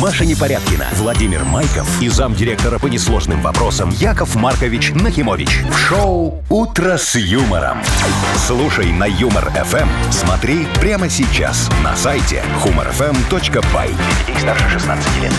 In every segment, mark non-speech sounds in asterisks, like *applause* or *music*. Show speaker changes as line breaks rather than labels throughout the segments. Маша Непорядкина, Владимир Майков и замдиректора по несложным вопросам Яков Маркович Нахимович. В шоу «Утро с юмором». Слушай на «Юмор-ФМ». Смотри прямо сейчас на сайте humorfm.by. Для детей старше 16 лет.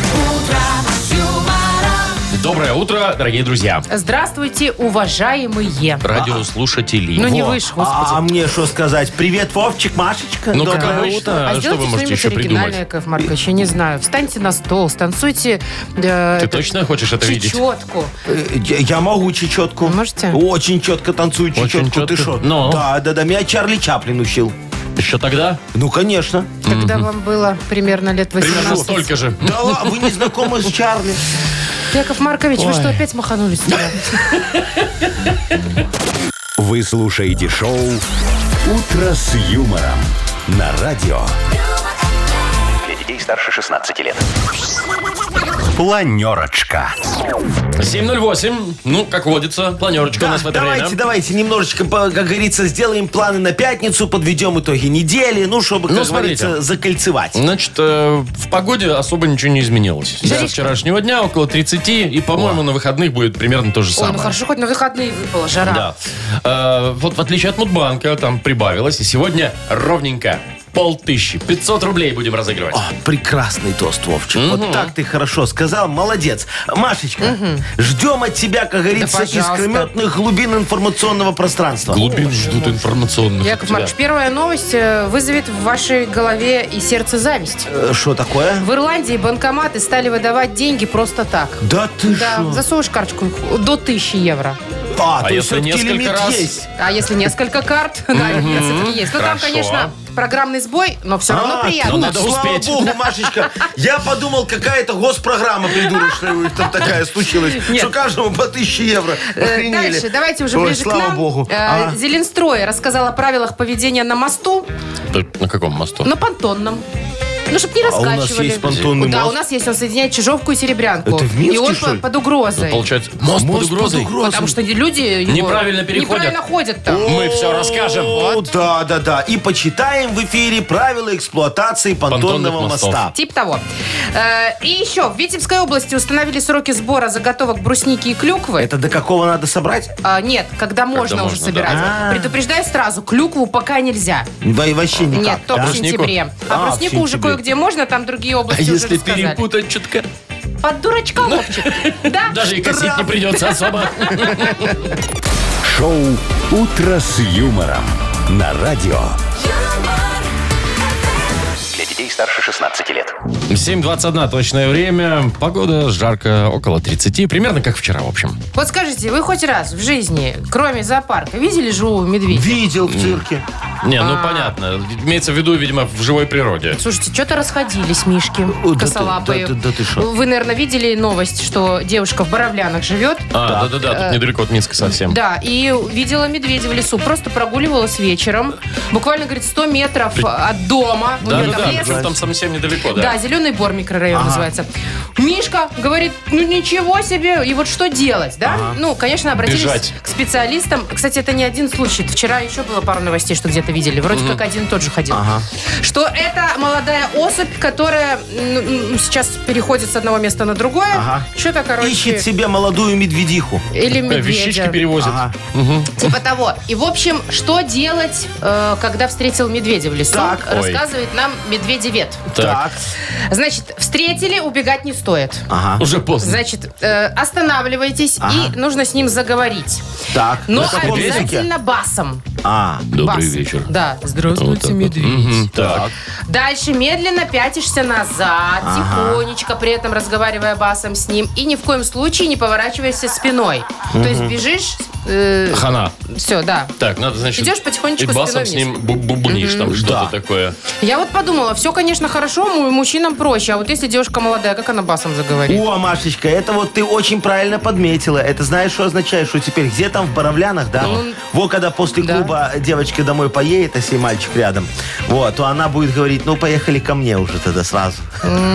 Доброе утро, дорогие друзья.
Здравствуйте, уважаемые.
Радиослушатели.
Ну не
Во.
вы ж,
А
господи.
мне что сказать? Привет, Вовчик, Машечка.
Ну, как
Доброе утро.
обычно,
А
что вы
сделайте
можете
что-нибудь
еще
оригинальное,
придумать?
Яков Маркович, я не знаю. Встаньте на стол, станцуйте э,
Ты
это,
точно хочешь это видеть?
чечетку.
Э, Я я могу чечетку.
Можете?
Очень четко танцую чечетку.
четко.
Ты что?
Ну.
Да, да, да. Меня Чарли Чаплин учил.
Еще тогда?
Ну, конечно.
Когда вам было примерно лет
Примерно
18.
столько же.
Да ла- вы не знакомы с Чарли.
Яков Маркович, вы что, опять маханулись? ну
Вы слушаете шоу «Утро с юмором» на радио. Для детей старше 16 лет. Планерочка.
7.08. Ну, как водится, планерочка у
Да,
нас в это
давайте,
время.
давайте немножечко, по- как говорится, сделаем планы на пятницу, подведем итоги недели, ну, чтобы, как
Ну, смотрите.
говорится, закольцевать.
Значит, э, в погоде особо ничего не изменилось. Со
Жаришка.
вчерашнего дня около 30, и, по-моему, на выходных будет примерно то же
Ой,
самое.
ну хорошо, хоть на выходные выпала жара.
Да. Э, вот в отличие от Мудбанка, там прибавилось, и сегодня ровненько полтыщи. 500 рублей будем разыгрывать.
О, прекрасный тост, Вовчик. Вот так ты хорошо сказал. Молодец. Машечка, ждем от тебя, как говорится,
пожалуйста.
искрометных глубин информационного пространства.
Глубин ждут информационных
Яков
от тебя.
Маркович, первая новость э, вызовет в вашей голове и сердце зависть.
Э, Что такое?
В Ирландии банкоматы стали выдавать деньги просто так.
Да ты
Да,
что?
засовываешь карточку до 1000 евро.
А,
А
то есть
если
всё-таки
несколько
лимит
раз?
есть.
А если несколько карт, *laughs* да, все-таки есть. Ну там,
Хорошо.
конечно, программный сбой, но все равно
А,
приятно.
ну, надо
Слава
успеть.
богу, Машечка, я подумал, какая-то госпрограмма придурочная у них там
*laughs*
такая случилась, что каждому по 1000 евро.
Э,
Охренели.
Дальше, давайте уже
Ой,
ближе к
слава
нам.
богу.
Э,
А.
Зеленстрой рассказал о правилах поведения на мосту,
Тут На каком мосту?
на понтонном. Ну, чтобы не
А у
раскачивали.
нас есть понтонный
Да, у
мост?
нас есть, он соединяет Чижовку и Серебрянку.
Это в Минске,
И он
что ли?
по- под угрозой.
Получается, мост,
Мост
под угрозой.
угрозой.
Потому что люди его
Неправильно переходят.
Неправильно ходят там.
Мы все расскажем.
О, Ну да, да, да. И почитаем в эфире правила эксплуатации
Понтонных
понтонного
мостов.
моста.
Тип того. Э, И еще, в Витебской области установили сроки сбора заготовок брусники и клюквы.
Это до какого надо собрать?
А, нет, когда можно
можно,
уже
да.
собирать.
А.
Предупреждаю сразу, клюкву пока нельзя.
Во- Вообще никак.
Нет, только
да?
в сентябре.
А,
А
Ну в
бруснику уже
сентябре.
кое-где можно, там другие
А
области уже
если
рассказали.
перепутать чутка?
Под дурачка,
Ну,
Вовчик. Да?
Даже и косить не
Штраф.
придется *laughs* особо.
Шоу «Утро с юмором» на радио. Для детей старше 16 лет.
7.21 точное время. Погода жарко, около 30. Примерно как вчера, в общем.
Вот скажите, вы хоть раз в жизни, кроме зоопарка, видели живого медведя?
Видел в цирке.
Не, ну
А.
понятно. Имеется в виду, видимо, в живой природе.
Слушайте, что-то расходились мишки
О, да ты-
косолапые.
да ты- да ты шо?
Вы, наверное, видели новость, что девушка в Боровлянах живет.
А, да-да-да, тут недалеко от Минска совсем.
Да, и видела медведя в лесу. Просто прогуливалась вечером. Буквально, говорит, 100 метров от дома.
ну,
У
ну
нее там
Да-да-да,
лес.
причем там совсем недалеко,
Да,
да.
зеленый бор микрорайон называется. Мишка говорит, ну ничего себе, и вот что делать, да? Ну, конечно, обратились
Бежать.
к специалистам. Кстати, это не один случай. Вчера еще было пару новостей, что где-то видели. Вроде как один и тот же ходил. Что это молодая особь, которая ну, м, сейчас переходит с одного места на другое.
Ага.
Что-то, короче...
Ищет себе молодую медведиху.
Или
Э, Вещички
медведя.
перевозят.
Ага.
Типа того. И, в общем, что делать, э, когда встретил медведя в лесу,
Так.
Ой.
рассказывает нам медведевед.
Так,
Значит, встретили, убегать не стоит.
Ага.
уже поздно.
Значит, э, останавливайтесь и нужно с ним заговорить.
Так.
Но
на каком языке?
Ну, обязательно басом.
А.
Добрый
Басом.
вечер.
Да.
Вот
Здравствуйте,
так вот. Мгм, Так.
Дальше медленно пятишься назад, тихонечко, при этом разговаривая басом с ним. И ни в коем случае не поворачивайся спиной. То есть бежишь,
Хана.
все, да.
Так, надо, значит...
Идешь потихонечку
И басом
спиной
с
вниз.
ним бу- бубнишь там что-то
Да.
такое.
Я вот подумала, все, конечно, хорошо, му- мужчинам проще. А вот если девушка молодая, как она басом заговорит?
О, Машечка, это вот ты очень правильно подметила. Это знаешь, что означает, что теперь где там, в Боровлянах, да? Во, когда после
Ну, да.
клуба девочка домой поедет, а с ней мальчик рядом, вот, то она будет говорить, ну, поехали ко мне уже тогда сразу. *laughs*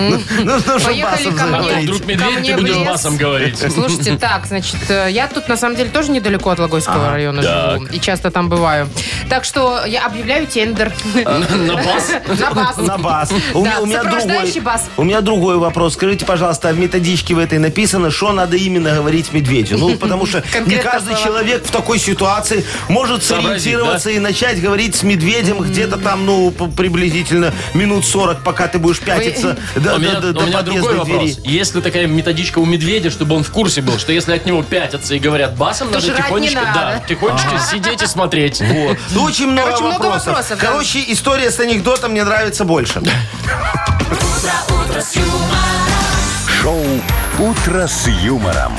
Ну, ну, что
Поехали
басом
А
ко мне.
то
заговорить?
вдруг медведь,
мне
ты
в
будешь
лес.
басом говорить.
Слушайте, так, значит, э, я тут на самом деле тоже недалеко недалеко от Логойского района живу. И часто там бываю. Так что я объявляю тендер.
На бас.
На бас. *laughs*
На бас. У,
Да,
меня- у меня
сопровождающий
другой,
бас.
у меня другой вопрос. Скажите, пожалуйста, а в методичке в этой написано, что надо именно говорить
*laughs*
медведю? Ну, потому что не
Конкретно
каждый
было.
человек в такой ситуации может
Сообразить,
сориентироваться и начать говорить с медведем где-то там, ну, п- приблизительно минут 40, пока ты
*laughs*
будешь пятиться до,
У меня,
до- до-
у
до
меня другой
подъездной двери.
вопрос. Есть ли такая методичка у медведя, чтобы он в курсе был, что если от него пятятся и говорят басом, надо
жрать не
тихонечко,
надо. А.
да, тихонечко сидеть и смотреть. *laughs* Вот.
Ну, очень много
Короче, много
вопросов.
вопросов, да.
Короче, история с анекдотом мне нравится больше.
Шоу «Утро с юмором».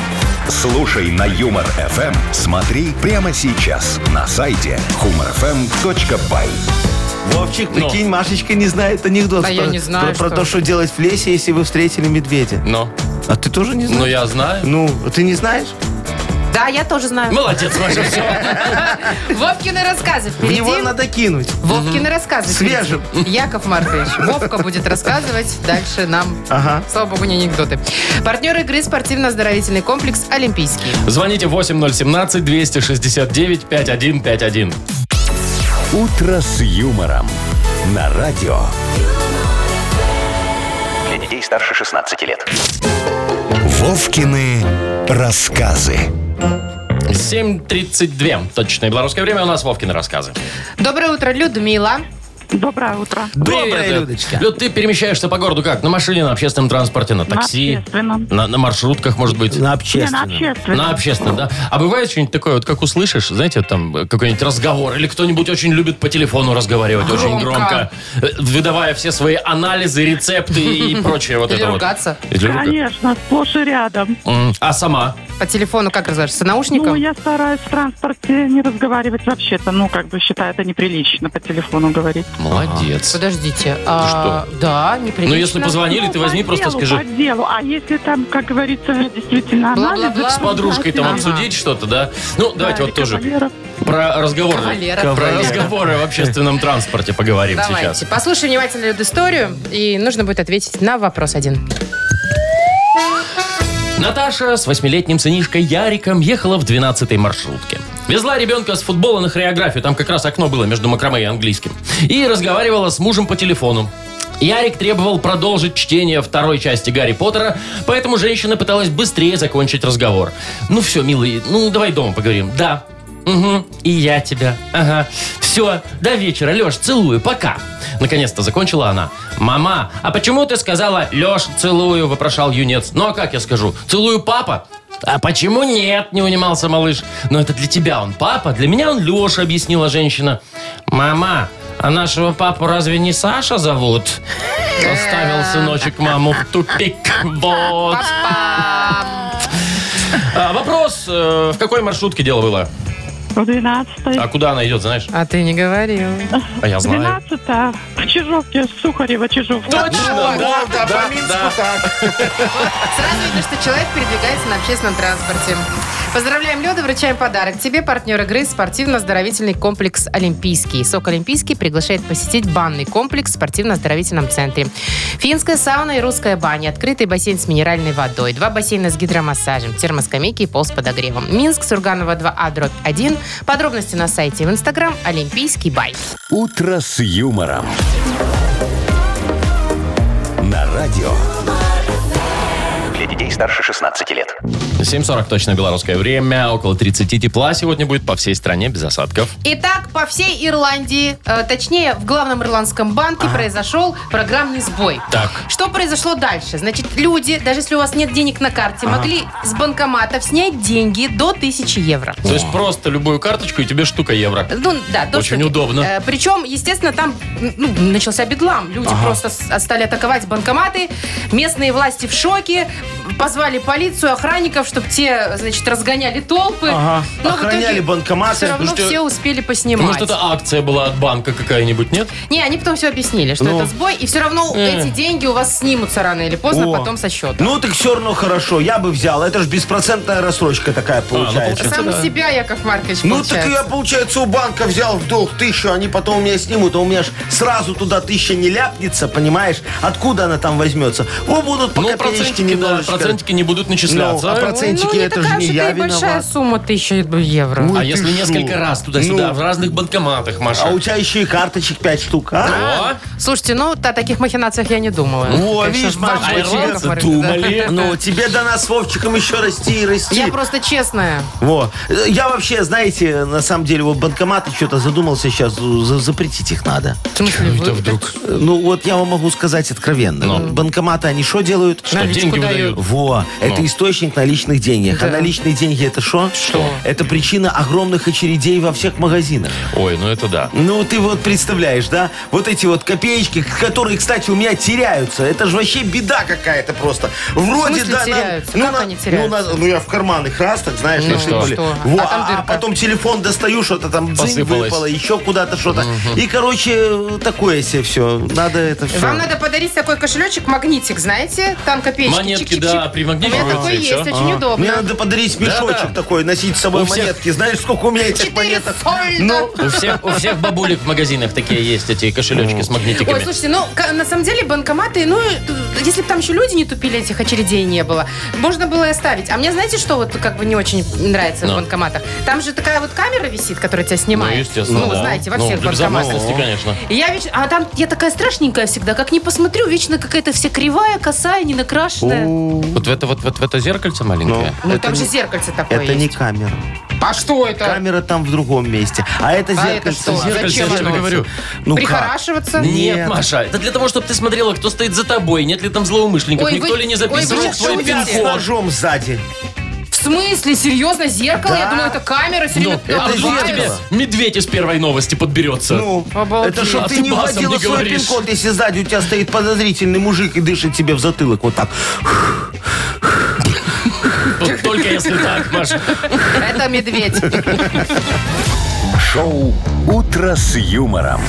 Слушай на Юмор ФМ. Смотри прямо сейчас на сайте humorfm.by.
Вовчик, прикинь, Машечка не знает анекдот
Да
про,
А я не знаю,
про- про
что.
то, что делать в лесе, если вы встретили медведя.
Но,
А ты тоже не
но
знаешь?
я знаю.
Ну, ты не знаешь?
Да, я тоже знаю.
Молодец, Маша, все.
Вовкины рассказы
В
впереди.
него надо кинуть.
Вовкины рассказы. впереди.
Свежим.
Яков Маркович. Вовка будет рассказывать дальше нам.
Ага.
Слава богу, не анекдоты. Партнер игры спортивно-оздоровительный комплекс «Олимпийский».
Звоните 8017-269-5151.
«Утро с юмором» на радио.
Для детей старше 16 лет.
Вовкины рассказы.
7.32. Точное белорусское время. У нас Вовкины рассказы.
Доброе утро, Людмила.
Доброе утро.
Доброе,
Привет,
Людочка.
Люд, ты перемещаешься по городу как? На машине, на общественном транспорте, на
На
такси?
общественном.
На, на маршрутках, может быть?
На
Не, на
общественном.
общественном.
На общественном, да? А бывает что-нибудь такое, вот как услышишь, знаете, там э, какой-нибудь разговор, или кто-нибудь очень любит по телефону разговаривать очень громко,
Громко.
э, выдавая все свои анализы, рецепты
*laughs*
и прочее вот
Или
это вот.
ругаться.
Или руга-
Конечно, сплошь и рядом.
М, А сама?
По телефону как разложишься?
Ну,
Наушником?
я стараюсь в транспорте не разговаривать вообще-то. Ну, как бы считаю, это неприлично по телефону говорить.
Молодец.
Подождите. а, Да, неприлично.
Ну, если позвонили,
Ну,
ты возьми,
по
просто
делу, По
скажи.
делу. А если там, как говорится, действительно
Бла-бла-бла.
анализы...
С подружкой там
Ага.
обсудить что-то, да? Ну, давайте
Да,
вот тоже
рекомендую.
про разговор.
Кавалера.
Про
Кавалера.
разговоры в общественном транспорте поговорим
Давайте.
сейчас.
Послушай внимательно эту историю, и нужно будет ответить на вопрос один.
Наташа с восьмилетним сынишкой Яриком ехала в 12-й маршрутке. Везла ребенка с футбола на хореографию, там как раз окно было между макраме и английским. И разговаривала с мужем по телефону. Ярик требовал продолжить чтение второй части Гарри Поттера, поэтому женщина пыталась быстрее закончить разговор. «Ну все, милый, ну давай дома поговорим». «Да». «Угу, и я тебя». «Ага». «Все, до вечера, Леш, целую, пока». Наконец-то закончила она. «Мама, а почему ты сказала, Леш, целую?» – вопрошал юнец. «Ну а как я скажу? Целую папа?» «А почему нет?» – не унимался малыш. «Но это для тебя он папа, для меня он Леша», – объяснила женщина. «Мама, а нашего папу разве не Саша зовут?» Оставил сыночек маму в тупик. Вот. А, вопрос, э, в какой маршрутке дело было?
В 12
А куда она идет, знаешь?
А ты не говорил.
А я знаю.
12 в Чижовке, Сухарева, Чижовка.
Точно, да, да, да.
Сразу видно, что человек передвигается на общественном транспорте. Поздравляем Лёду, вручаем подарок. Тебе партнер игры спортивно-оздоровительный комплекс «Олимпийский». СОК «Олимпийский» приглашает посетить банный комплекс в спортивно-оздоровительном центре. Финская сауна и русская баня, открытый бассейн с минеральной водой, два бассейна с гидромассажем, термоскамейки и пол с подогревом. Минск, Сурганова 2А, дробь 1. Подробности на сайте и в Инстаграм «Олимпийский бай».
«Утро с юмором». На радио.
Для детей старше 16 лет.
7.40 точно белорусское время. Около 30 тепла сегодня будет по всей стране без осадков.
Итак, по всей Ирландии, э, точнее, в главном ирландском банке произошел программный сбой.
Так.
Что произошло дальше? Значит, люди, даже если у вас нет денег на карте, могли с банкоматов снять деньги до 1000 евро.
То есть просто любую карточку и тебе штука евро.
Ну, да, до
Очень
штуки.
удобно.
Э, причем, естественно, там ну, начался бедлам. Люди просто с- стали атаковать банкоматы. Местные власти в шоке. Позвали полицию, охранников, чтобы те, значит, разгоняли толпы.
Ага.
Но в итоге
Охраняли банкоматы.
Все равно
Ну, что-
все успели поснимать.
Может, это акция была от банка какая-нибудь, нет?
Не, они потом все объяснили, что
Ну.
это сбой, и все равно эти деньги у вас снимутся рано или поздно,
О.
потом со счета.
Ну, так все равно хорошо. Я бы взял. Это же беспроцентная рассрочка такая получается.
А, ну, получается,
Сам
да.
себя, Яков Маркович,
Ну, так
получается.
я, получается, у банка взял в долг тысячу, они потом у меня снимут, а у меня ж сразу туда тысяча не ляпнется, понимаешь? Откуда она там возьмется? О, будут по
Ну,
копеечке
процентики, да,
немножечко.
процентики не будут
Ну,
начисляться.
а
Вот
процентики,
ну, не
это же
такая
не
уж
я
и большая
виноват.
сумма, тысяча евро.
Ну,
А
ты
если
шо?
несколько раз туда-сюда,
Ну.
в разных банкоматах, Маша?
А у тебя еще и карточек 5 штук, а?
О,
Слушайте, ну о таких махинациях я не думала.
Во,
Как
видишь,
сейчас
Маш,
бабушка
а ирландцы
Яков Маркович,
думали.
да.
Ну, тебе до нас с Вовчиком еще расти и расти.
Я просто честная.
Во. Э, Я вообще, знаете, на самом деле, вот банкоматы что-то задумался сейчас, за- запретить их надо.
В смысле, вы-
Э, Ну, вот я вам могу сказать откровенно. Банкоматы, они что делают?
Ну. Что, деньги
куда
выдают?
Во, это источник наличных денег. А наличные деньги это что?
Что?
Это причина огромных очередей во всех магазинах.
Ой, ну это да.
Ну, ты вот представляешь, да? Вот эти вот копеечки, которые, кстати, у меня теряются. Это же вообще беда какая-то просто. Вроде
смысле
да, на-
теряются? Как они
ну,
теряются?
на- ну, я в карман их раз, так знаешь,
Ну,
насыпали.
что?
Во,
А там
а- а
дырка.
потом телефон достаю, что-то там дзынь
Посыпалось.
выпало, еще куда-то что-то. И, короче, такое себе все. Надо это все.
Вам надо подарить такой кошелечек, магнитик, знаете? Там копеечки.
Монетки,
чик-чик-чик.
да, примагнитите,
У меня такой
и
есть,
всё.
очень удобно.
А. Мне надо подарить мешочек
Да-да.
такой, носить с собой
У всех-
монетки. Знаешь, сколько у меня этих
Ну, Четыре
монеток?
сольда.
Ну,
У всех, у всех бабулек в магазинах такие есть, эти кошелечки с магнитиками.
Ой, слушайте, ну, к- на самом деле банкоматы, ну, т- если бы там еще люди не тупили, этих очередей не было, можно было и оставить. А мне знаете, что вот как бы не очень нравится
Ну.
в банкоматах? Там же такая вот камера висит, которая тебя снимает.
ну, естественно,
Ну,
да.
знаете, во
Ну,
всех
для
банкоматах.
безопасности, конечно.
И Я вечно, а там я такая страшненькая всегда, как не посмотрю, вечно какая-то вся кривая, косая, не накрашенная.
Вот в это, вот, вот в это зеркальце маленькое?
ну,
это
там же
не-
зеркальце такое
Это не
есть.
камера.
А что это?
Камера там в другом месте. А это
А это
зеркальце.
что?
зеркальце,
Зачем
зеркальце.
оно?
Ну как?
Прихорашиваться?
Нет,
Нет.
Маша, это для того, чтобы ты смотрела, кто стоит за тобой, нет ли там злоумышленников,
Ой, вы-
никто ли не
ой, вы
записывал
сейчас
твой
шутите.
С
пин-код.
ножом сзади.
В смысле? Серьезно? Зеркало? Я
Да.
думала, это камера. Все
Ну,
время
а вдруг
это
обрывается.
тебе
зеркало.
медведь из первой новости подберется?
Ну,
Обалдеть.
это что,
А
ты,
ты
не
басом
вводила
не
свой
говоришь.
пин-код, если сзади у тебя стоит подозрительный мужик и дышит тебе в затылок вот так.
Вот только если так,
*laughs*
Маша.
Это медведь.
Шоу «Утро с юмором».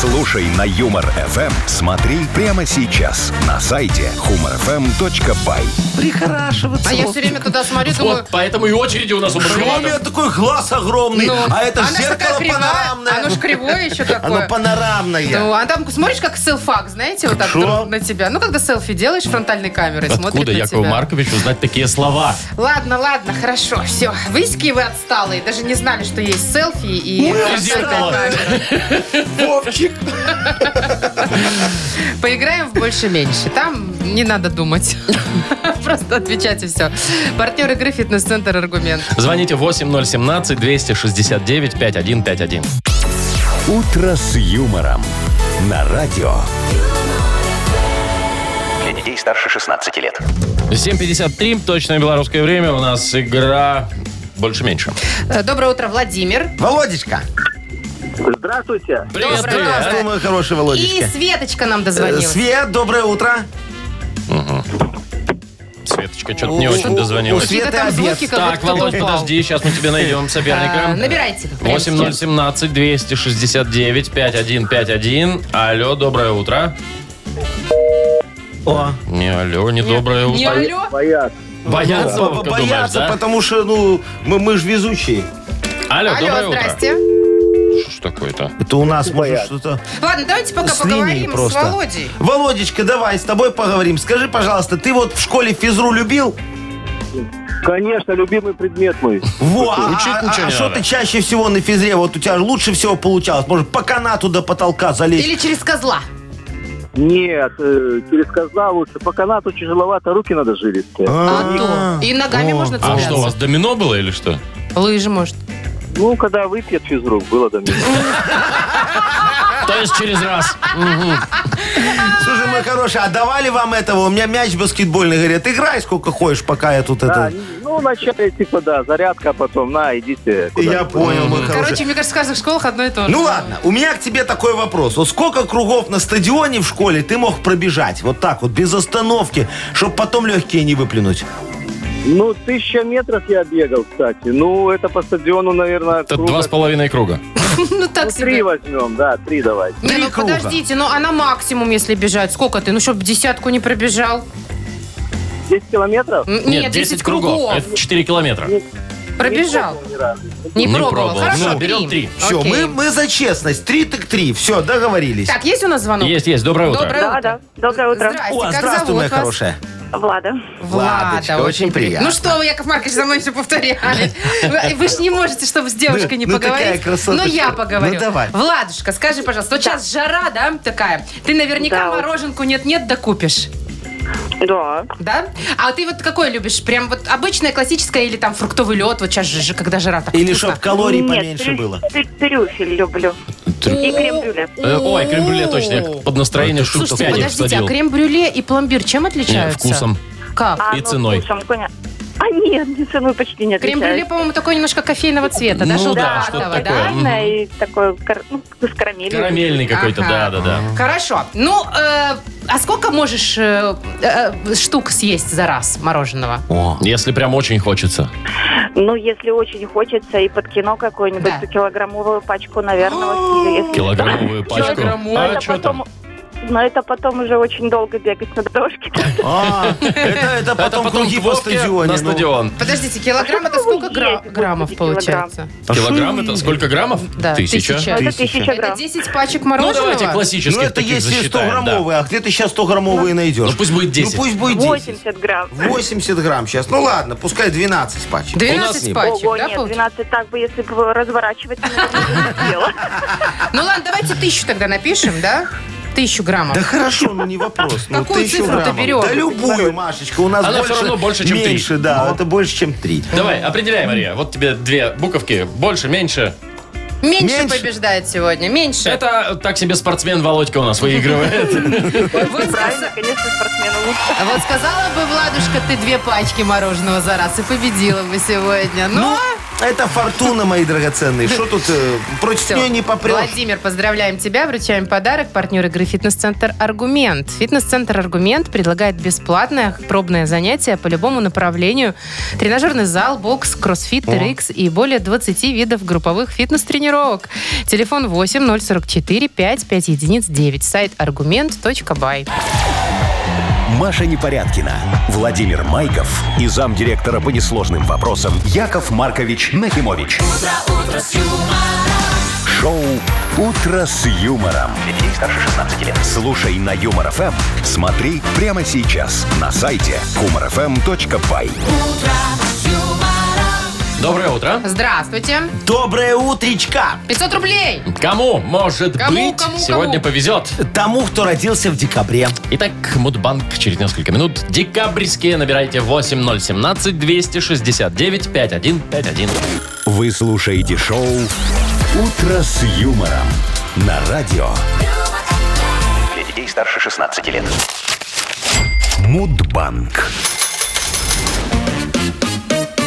Слушай на Юмор ФМ, смотри прямо сейчас на сайте humorfm.by.
Прихорашиваться.
А я все время туда смотрю, думаю...
Вот, поэтому и очереди у нас у
Почему у меня
банкоматов.
такой глаз огромный?
ну,
а это
она
ж
ж такая
зеркало
кривая,
панорамное.
Оно ж кривое еще
*laughs* Оно
такое. Ну,
панорамное.
а там смотришь, как селфак, знаете, вот так
Что?
друг на тебя. Ну, когда селфи делаешь фронтальной камерой, смотрит
Откуда
на
Якову
тебя.
Марковичу знать такие слова?
Ладно, ладно, хорошо, все. Вы иски, вы отсталые, даже не знали, что есть селфи и
Ну,
фронтальная
зеркало.
камера.
*laughs* Вовчик.
Поиграем в больше-меньше. Там не надо думать. *laughs* Просто отвечать и все. Партнер игры «Фитнес-центр Аргумент».
Звоните 8017-269-5151.
«Утро с юмором» на радио.
Для детей старше 16 лет.
7.53, точное белорусское время, у нас игра больше-меньше.
Э, Доброе утро, Владимир.
Володечка.
Здравствуйте.
Привет,
Доброе
привет.
Здравствуй, мой хороший
Э, И
Володечка.
Светочка нам
Э,
дозвонилась.
Свет, доброе утро.
Светочка что-то не
У-
очень
у-
дозвонилась.
у Свет-
Какие-то там
это
звуки,
обед.
как
Так,
будто кто-то
Володь,
упал.
подожди, сейчас мы тебе найдем соперника.
А, Набирайте. прямо сейчас.
8017-269-5151. Алло, доброе утро.
О,
Не алло, не доброе
Не
утро.
алло?
Боят.
Боятся,
бо-
Вовка, думаешь,
боятся,
да?
потому что, ну, мы, мы же везучие.
Алло, доброе
Алло,
утро.
здрасте.
Что ж такое-то?
Это у нас, может,
Боятся.
что-то...
Ладно, давайте пока
С линией
поговорим
просто.
с Володей.
Володечка, давай с тобой поговорим. Скажи, пожалуйста, ты вот в школе физру любил?
Конечно, любимый предмет мой.
Во, а-
Учить
а-
ничего
а
не
что
надо.
ты чаще всего на физре? Вот у тебя же лучше всего получалось. Может, по канату до потолка залезть?
Или через козла.
Нет, э, через козла лучше. По канату тяжеловато, руки надо жилить.
А то. И ногами
О.
можно
А что, у вас
цепляться.
домино было или что?
Лыжи, может.
Ну, когда выпьет физрук, было до меня.
То есть через раз.
Слушай, мой хороший, а давали вам этого? У меня мяч баскетбольный. Говорят, играй сколько хочешь, пока я тут
Да,
это...
ну, вначале типа, да, зарядка, а потом на, идите. куда-нибудь.
Я понял, мой хороший.
Короче, мне кажется, в каждых школах одно и то же.
Ну ладно, у меня к тебе такой вопрос. Вот сколько кругов на стадионе в школе ты мог пробежать? Вот так вот, без остановки, чтобы потом легкие не выплюнуть.
Ну, тысяча метров я бегал, кстати. Ну, это по стадиону, наверное,
Это два с половиной круга.
*laughs* Ну так
Три
себе.
возьмем, да, три давай.
Не,
Три
ну
круга.
подождите, ну а на максимум, если бежать, сколько ты? Ну, чтобы десятку не пробежал.
Десять километров?
М, Нет, 10 кругов.
Это 4 километра.
Пробежал.
Не пробовал ни разу.
Не
Не
пробовал.
пробовал.
Хорошо,
Ну, берем три.
Все,
Окей.
мы, мы за честность. Три так три. Все, договорились.
Так, есть у нас звонок?
Есть, есть, доброе утро.
Доброе
Да,
утро.
да. Доброе утро.
Здрасте,
О,
как
здравствуй,
зовут
моя
вас?
хорошая.
Влада.
Владочка, очень приятно.
Ну что вы, Яков Маркович, за мной все повторяли. Вы- Вы же не можете, чтобы с девушкой не
ну такая
поговорить.
красоточка.
Но я поговорю.
Ну давай.
Владушка, скажи, пожалуйста, вот сейчас жара, да, такая? Ты
Да
наверняка
уж.
мороженку нет-нет докупишь.
Да.
Да? А ты вот какой любишь? Прям вот обычное, классическое или там фруктовый лед? Вот сейчас же, когда жара так
Или
вкусно.
чтоб калорий
Нет,
поменьше
трю-
было.
трю- Трюфель люблю. И крем-брюле.
Э, Ой, крем-брюле точно. Я под настроение штук
Слушайте,
пять их
подождите, а
всадил.
крем-брюле и пломбир
Э,
чем отличаются?
вкусом.
Как?
А,
И
ну,
ценой.
вкусом, коня- А нет, не ценой почти не
Крем-брюле,
отличается.
по-моему, такой немножко кофейного цвета, да,
Ну да,
желтоватого,
что-то такое.
да?
Мгм.
Да, и такой кар- ну, с карамелью.
Карамельный какой-то,
Ага.
да-да-да.
Хорошо. Ну, э, а сколько можешь э, э, штук съесть за раз мороженого?
Если прям очень хочется.
Ну, если очень хочется, и под кино какое-нибудь,
Да.
то килограммовую пачку, наверное, съею, если-
Килограммовую пачку.
Килограммовую.
А
это
что там?
потом- Но это потом уже очень долго бегать на дорожке.
*laughs*
А, это, это
Это
потом круги
к
по
Вовке
стадионе.
На
ну.
стадион.
Подождите, килограмм
что
это
А вы
сколько гра-
едите,
граммов
господи,
получается?
А что
Килограмм
вы
это
едите?
сколько граммов?
Да,
Но
тысяча.
это
Тысяча.
тысяча
Это
грамм.
10 пачек
Ну,
мороженого?
давайте классических
Ну, это
таких
если
засчитаем, да.
100-граммовые, а где ты сейчас 100-граммовые найдешь?
Ну, пусть будет 10.
Ну, пусть будет 10.
80 грамм.
80 грамм сейчас. Ну, ладно, пускай 12 пачек. У нас
12
не
пачек,
Ого,
да,
нет,
получается?
12 так бы, если бы разворачивать, то не сделала.
Ну ладно, давайте тысячу тогда напишем, да? Тысячу граммов.
Да хорошо, ну не вопрос. Ну,
Какую
тысячу
цифру ты
граммов.
берешь?
Да любую, Машечка, у нас
Она всё
больше,
равно больше, чем три. Ну.
меньше, да, это больше, чем три.
Давай, определяй, Мария. Вот тебе две буковки. Больше, меньше.
меньше,
меньше.
побеждает сегодня, меньше.
Это так себе спортсмен Володька у нас
*laughs*
выигрывает.
Вот,
Правильно,
сказа-
конечно, спортсмену лучше.
вот сказала бы, Владушка, ты две пачки мороженого за раз и победила бы сегодня. Ну,
Ну,
Но...
Это фортуна, мои драгоценные. Что тут э, против
Всё.
нее не попрешь?
Владимир, поздравляем тебя, вручаем подарок. Партнер игры «Фитнес-центр Аргумент». «Фитнес-центр Аргумент» предлагает бесплатное пробное занятие по любому направлению. Тренажерный зал, бокс, кроссфит, ТРХ и более 20 видов групповых фитнес-тренировок. Телефон 8 044 55 единиц 9. Сайт аргумент.бай.
Маша Непорядкина, Владимир Майков и замдиректора по несложным вопросам Яков Маркович Нахимович. Шоу Утро с юмором. Для детей старше 16 лет. Слушай на юмор ФМ. Смотри прямо сейчас на сайте humorfm.by.
Доброе утро.
Здравствуйте.
Доброе утречка
500 рублей.
Кому, может
Кому,
быть,
кому,
сегодня
кому?
повезет?
тому, кто родился в декабре.
Итак, Мудбанк через несколько минут. Декабрьские набирайте 8017-269-5151.
Вы слушаете шоу Утро с юмором на радио
Для детей старше 16 лет.
Мудбанк.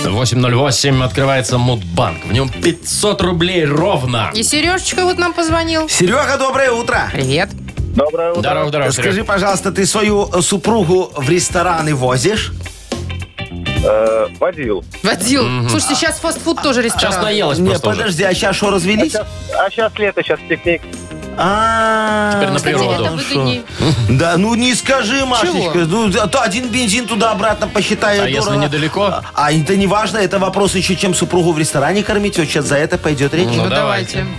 808 открывается Мудбанк. В нем 500 рублей ровно.
И Сережечка вот нам позвонил.
Серега, доброе утро.
Привет.
Доброе утро.
Здорово, здорово,
Скажи,
Серег.
пожалуйста, ты свою э, супругу в рестораны возишь?
Э, водил.
Водил. Слушайте, сейчас фастфуд тоже ресторан.
Сейчас наелась
а, Не,
просто уже.
подожди, а сейчас что, развелись?
А сейчас лето, сейчас пикник.
А,
Теперь на
Кстати,
природу.
это выгоднее.
Да, ну не скажи, Машечка. Ну, а то один бензин туда-обратно посчитай.
А
дорого.
если недалеко?
А, А это не важно, это вопрос еще, чем супругу в ресторане кормить. Вот сейчас за это пойдет речь.
Ну,
Ну,
давайте.
давайте.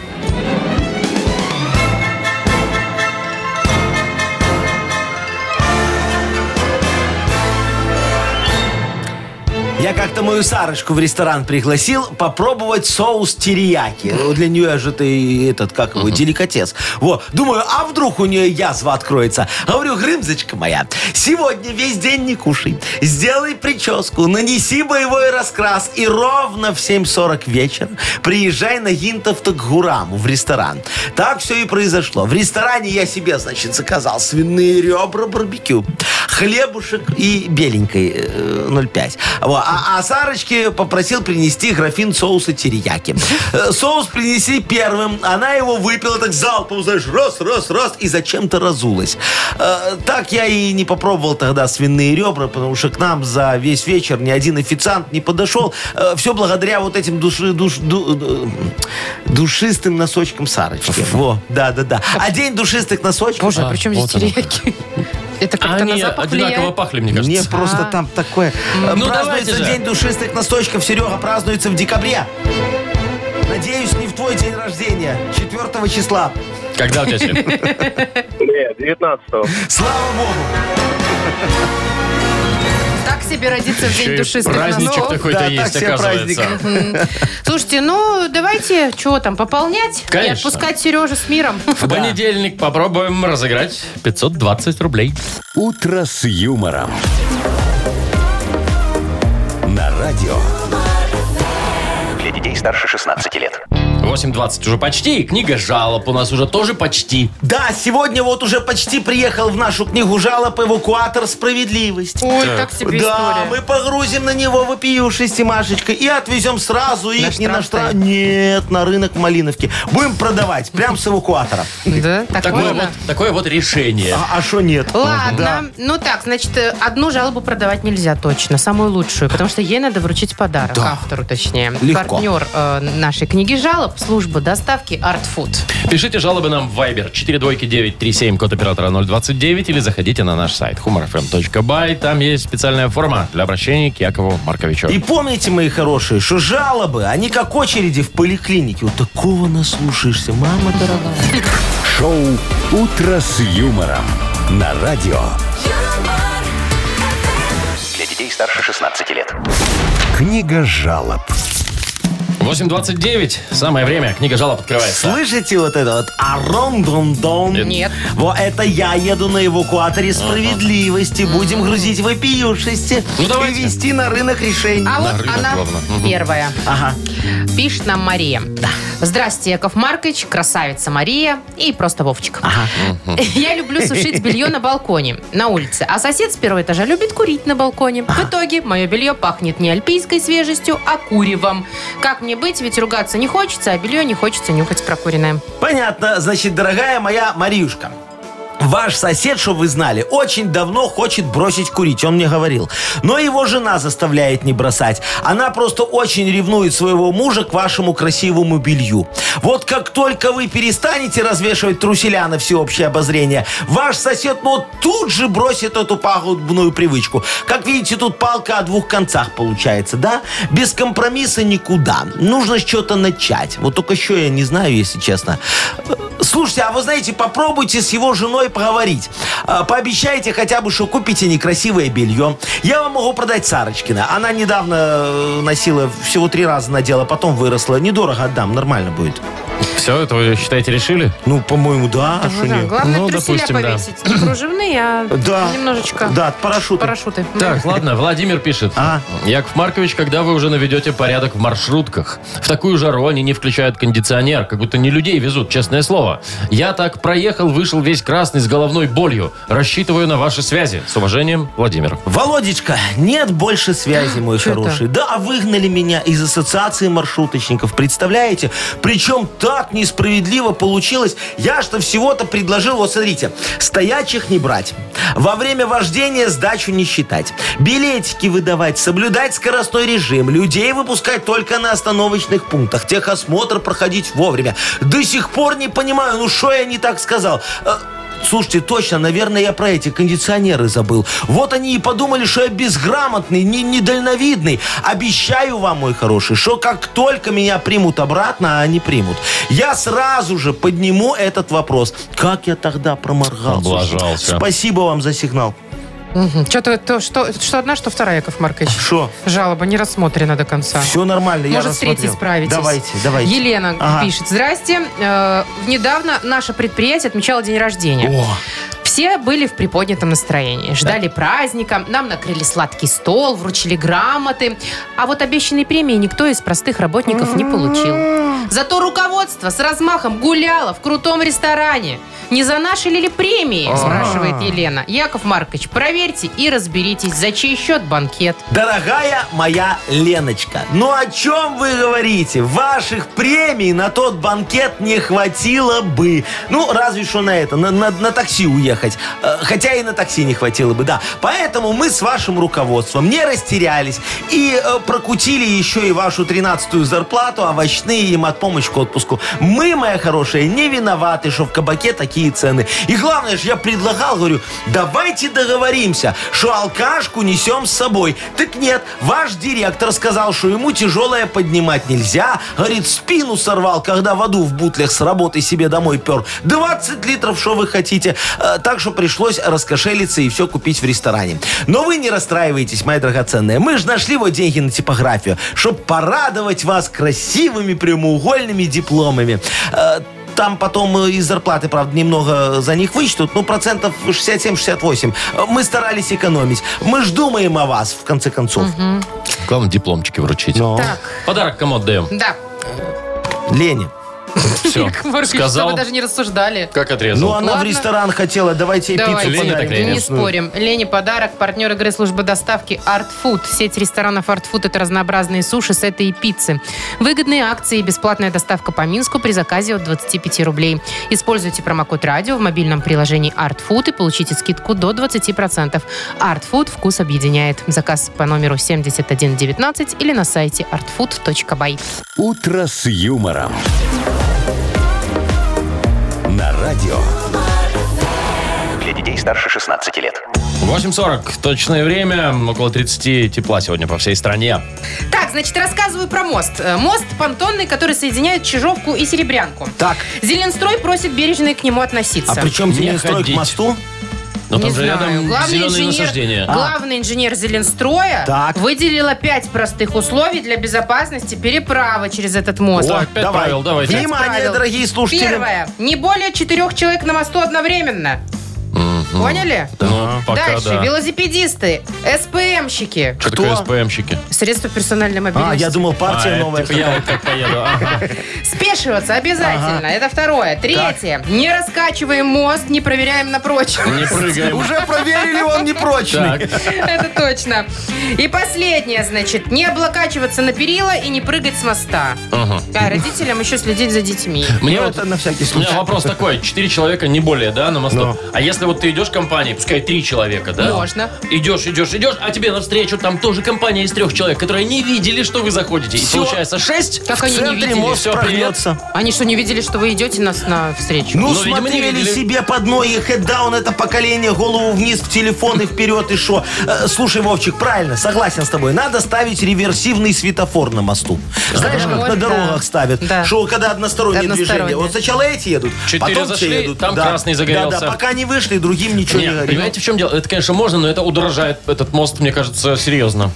Я как-то мою Сарочку в ресторан пригласил попробовать соус терияки. Ну, Для нее же ты этот, как его, деликатес. Вот. Думаю, а вдруг у нее язва откроется? Говорю, Грымзочка моя, сегодня весь день не кушай. Сделай прическу, нанеси боевой раскрас и ровно в 7.40 вечера приезжай на гинтов к Гураму в ресторан. Так все и произошло. В ресторане я себе, значит, заказал свиные ребра барбекю, хлебушек и беленькой э, 0,5. Во, А, а Сарочке попросил принести графин соуса терияки. Э, Соус принеси первым. Она его выпила так залпом, знаешь, раз, раз, раз, и зачем-то разулась. Э, Так я и не попробовал тогда свиные ребра, потому что к нам за весь вечер ни один официант не подошел. Все благодаря вот этим души, душ- ду- э, душистым носочкам Сарочки. Во, да, да, да. А день душистых носочков...
Боже, а при чем здесь
вот оно.
терияки? *laughs* Это как-то
Они
на запах
одинаково
влияет?
пахли, мне
Мне
кажется.
просто
А.
там такое. Э,
Ну,
празднуется
давайте же.
день душистых носочков, Серега, празднуется в декабре. Надеюсь, не в твой день рождения, 4 числа.
Когда
*laughs*
у тебя, Серег?
Нет, 19
Слава богу.
Так себе родиться в день
Еще и
душистых
праздничек
носков.
такой-то
Ну, да,
есть,
так себе
оказывается.
Слушайте, ну давайте, чего там, пополнять и
Конечно.
отпускать Сережу с миром. *laughs*
В понедельник попробуем разыграть 520 рублей.
«Утро с юмором». На радио.
Для детей старше 16 лет.
8.20 уже почти, и книга жалоб у нас уже тоже почти.
Да, сегодня вот уже почти приехал в нашу книгу жалоб эвакуатор «Справедливость».
Ой, так себе
Да, мы
история.
погрузим на него вопиюшисти Машечка и отвезем сразу их не на
штраф
штраф. Нет, на рынок Малиновки. Будем продавать, прям с эвакуатора.
Да, так
Такое
можно?
вот, такое вот решение.
А что нет?
Ладно,
Да.
ну так, значит, э, одну жалобу продавать нельзя точно, самую лучшую, потому что ей надо вручить подарок, автору точнее.
Легко.
Партнер э, нашей книги жалоб, служба доставки Art Food.
Пишите жалобы нам в Viber 42937, код оператора 029, или заходите на наш сайт humorfm.by. Там есть специальная форма для обращения к Якову Марковичу.
И помните, мои хорошие, что жалобы, они как очереди в поликлинике. Вот такого наслушаешься, мама дорогая.
Шоу «Утро с юмором». На радио.
Для детей старше 16 лет.
Книга жалоб.
8.29, самое время, книга жалоб открывается.
Слышите вот это вот? А арон дон дон
Нет.
Вот это я еду на эвакуаторе справедливости. Будем грузить вопиюшисти
Ну, давайте.
и вести на рынок решений.
А вот
рынок,
она
главное. Мгм.
первая.
Ага.
Пишет нам Мария. Здрасте, Яков Маркович, красавица Мария и просто Вовчик.
А.
*laughs* Я люблю сушить белье на балконе, на улице. А сосед с первого этажа любит курить на балконе. В итоге мое белье пахнет не альпийской свежестью, а куревом. Как мне быть, ведь ругаться не хочется, а белье не хочется нюхать прокуренное.
Понятно. Значит, дорогая моя Мариюшка, Ваш сосед, чтобы вы знали, очень давно хочет бросить курить, он мне говорил. Но его жена заставляет не бросать. Она просто очень ревнует своего мужа к вашему красивому белью. Вот как только вы перестанете развешивать труселя на всеобщее обозрение, ваш сосед, ну, тут же бросит эту пагубную привычку. Как видите, тут палка о двух концах получается, да? Без компромисса никуда. Нужно с чего-то начать. Вот только что я не знаю, если честно. Слушайте, а вы знаете, попробуйте с его женой поговорить. А, Пообещайте хотя бы, что купите некрасивое белье. Я вам могу продать Сарочкина. Она недавно э, носила, всего три раза надела, потом выросла. Недорого отдам, нормально будет.
Все, это вы, считаете, решили?
Ну, по-моему, да. а что
Ну да,
нет?
Главное
Ну,
труселя
допустим, да.
повесить. Не кружевные, а
Да.
немножечко
Да, парашют.
парашюты.
Так, ладно, Владимир пишет.
А.
Яков Маркович, когда вы уже наведете порядок в маршрутках? В такую жару они не включают кондиционер, как будто не людей везут, честное слово. Я так проехал, вышел весь красный с головной болью. Рассчитываю на ваши связи. С уважением, Владимир.
Володечка, нет больше связи, мой
Чё это?
хороший. Да, выгнали меня из ассоциации маршруточников, представляете? Причем так несправедливо получилось. Я что всего-то предложил, вот смотрите, стоячих не брать, во время вождения сдачу не считать, билетики выдавать, соблюдать скоростной режим, людей выпускать только на остановочных пунктах, техосмотр проходить вовремя. До сих пор не понимаю, ну что я не так сказал? Э, Слушайте, точно, наверное, я про эти кондиционеры забыл. Вот они и подумали, что я безграмотный, не, недальновидный. Обещаю вам, мой хороший, что как только меня примут обратно, а они примут, я сразу же подниму этот вопрос. Как я тогда проморгался?
Облажался.
Спасибо вам за сигнал.
Что-то то, что, что одна, что вторая, Яков Маркович.
Что?
Жалоба не рассмотрена до конца.
Все нормально, я
Может, с третьей
рассмотрел.
справитесь.
Давайте, давайте.
Елена
Ага.
пишет. Здрасте. Э, недавно наше предприятие отмечало день рождения.
О,
Все были в приподнятом настроении. Ждали праздника, нам накрыли сладкий стол, вручили грамоты. А вот обещанной премии никто из простых работников не
А.
получил. Зато руководство с размахом гуляло в крутом ресторане. Не за наши ли премии,
А.
спрашивает Елена. Яков Маркович, проверьте и разберитесь, за чей счет банкет.
Дорогая моя Леночка, ну о чем вы говорите? Ваших премий на тот банкет не хватило бы. Ну, разве что на это, на, на- на такси уехать. Э, Хотя и на такси не хватило бы, да. Поэтому мы с вашим руководством не растерялись и э, прокутили еще и вашу 13-ю зарплату, овощные и от помощи к отпуску. Мы, моя хорошая, не виноваты, что в кабаке такие цены. И главное же, я предлагал, говорю, давайте договоримся, что алкашку несем с собой. Так нет, ваш директор сказал, что ему тяжелое поднимать нельзя. Говорит, спину сорвал, когда воду в бутлях с работы себе домой пер. 20 литров, что вы хотите. Э, Так что пришлось раскошелиться и все купить в ресторане. Но вы не расстраивайтесь, мои драгоценные. Мы же нашли вот деньги на типографию, чтобы порадовать вас красивыми прямоугольными дипломами. Э, Там потом э, из зарплаты, правда, немного за них вычтут, ну, процентов 67-68. Э, Мы старались экономить. Мы ж думаем о вас, в конце концов.
Главное, дипломчики вручить.
Но.
Подарок кому отдаем?
Да. *laughs*
Лене.
Все,
Яков Маркович, что
сказал,
вы даже не рассуждали.
как отрезал.
Ну, она в
Ладно.
ресторан хотела, давайте ей
Давайте.
пиццу
Лене
подарим.
так Лене.
Не спорим. Лене подарок. Партнер игры служба доставки Art Food. Сеть ресторанов Art Food – это разнообразные суши, сеты и пиццы. Выгодные акции и бесплатная доставка по Минску при заказе от 25 рублей. Используйте промокод «Радио» в мобильном приложении Art Food и получите скидку до 20%. Art Food – вкус объединяет. Заказ по номеру 7119 или на сайте artfood.by.
«Утро с юмором». На радио.
Для детей старше 16 лет.
8.40, точное время, около 30 тепла сегодня по всей стране.
Так, значит, рассказываю про мост. Э, Мост понтонный, который соединяет Чижовку и Серебрянку.
Так,
Зеленстрой просит бережно и к нему относиться.
а при чем
Не
Зеленстрой к
ходить.
мосту?
Но Ну, там
Не
же
знаю.
рядом
Главный
зеленые
инженер-
насаждения. А.
Главный инженер Зеленстроя
Так.
выделила пять простых условий для безопасности переправы через этот мост.
О, опять
давай.
правил, давайте.
Внимание,
правил.
дорогие слушатели.
Первое. Не более четырех человек на мосту одновременно. Поняли?
Ну, пока
Дальше.
да.
Велосипедисты, СПМщики,
Что
Кто?
такое СПМщики?
средства персональной
А,
мобильности.
я думал, партия
А, это
новая.
типа я вот как
*laughs*
поеду. ага.
Спешиваться обязательно. Это второе. Третье. Не раскачиваем мост, не проверяем на прочность.
Не прыгаем.
Уже проверили, он непрочный.
Так,
Это точно. И последнее, значит, не облокачиваться на перила и не прыгать с моста.
ага.
А родителям еще следить за детьми.
Мне
Ну,
вот
это на всякий
У меня
случай.
вопрос такой. Четыре человека, не более, да, на мосту?
Ну.
А если вот ты идешь в компании, пускай три человека, да?
Можно.
Идешь, идешь, идешь, а тебе навстречу там тоже компания из трех человек, которые не видели, что вы заходите. И
Всё.
получается шесть.
Как
В
они не
центре
видели?
мост
Всё, привет.
прогнется.
Они что, не видели, что вы идете нас на встречу?
Ну,
Ну,
видимо, не
смотрели
видели.
себе под ноги, хедаун, это поколение, голову вниз, в телефон и вперед, и шо. Э, слушай, Вовчик, правильно, согласен с тобой. Надо ставить реверсивный светофор на мосту. Знаешь, как
Вот,
на
да.
дорогах ставят,
Да.
что когда одностороннее,
Одностороннее.
движение. Вот сначала эти едут,
Четыре
потом
зашли,
те едут.
там красный загорелся.
Да-да, пока не вышли, другим ничего не,
Нет,
говорит.
понимаете, в чем дело? Это, конечно, можно, но это удорожает этот мост, мне кажется, серьезно.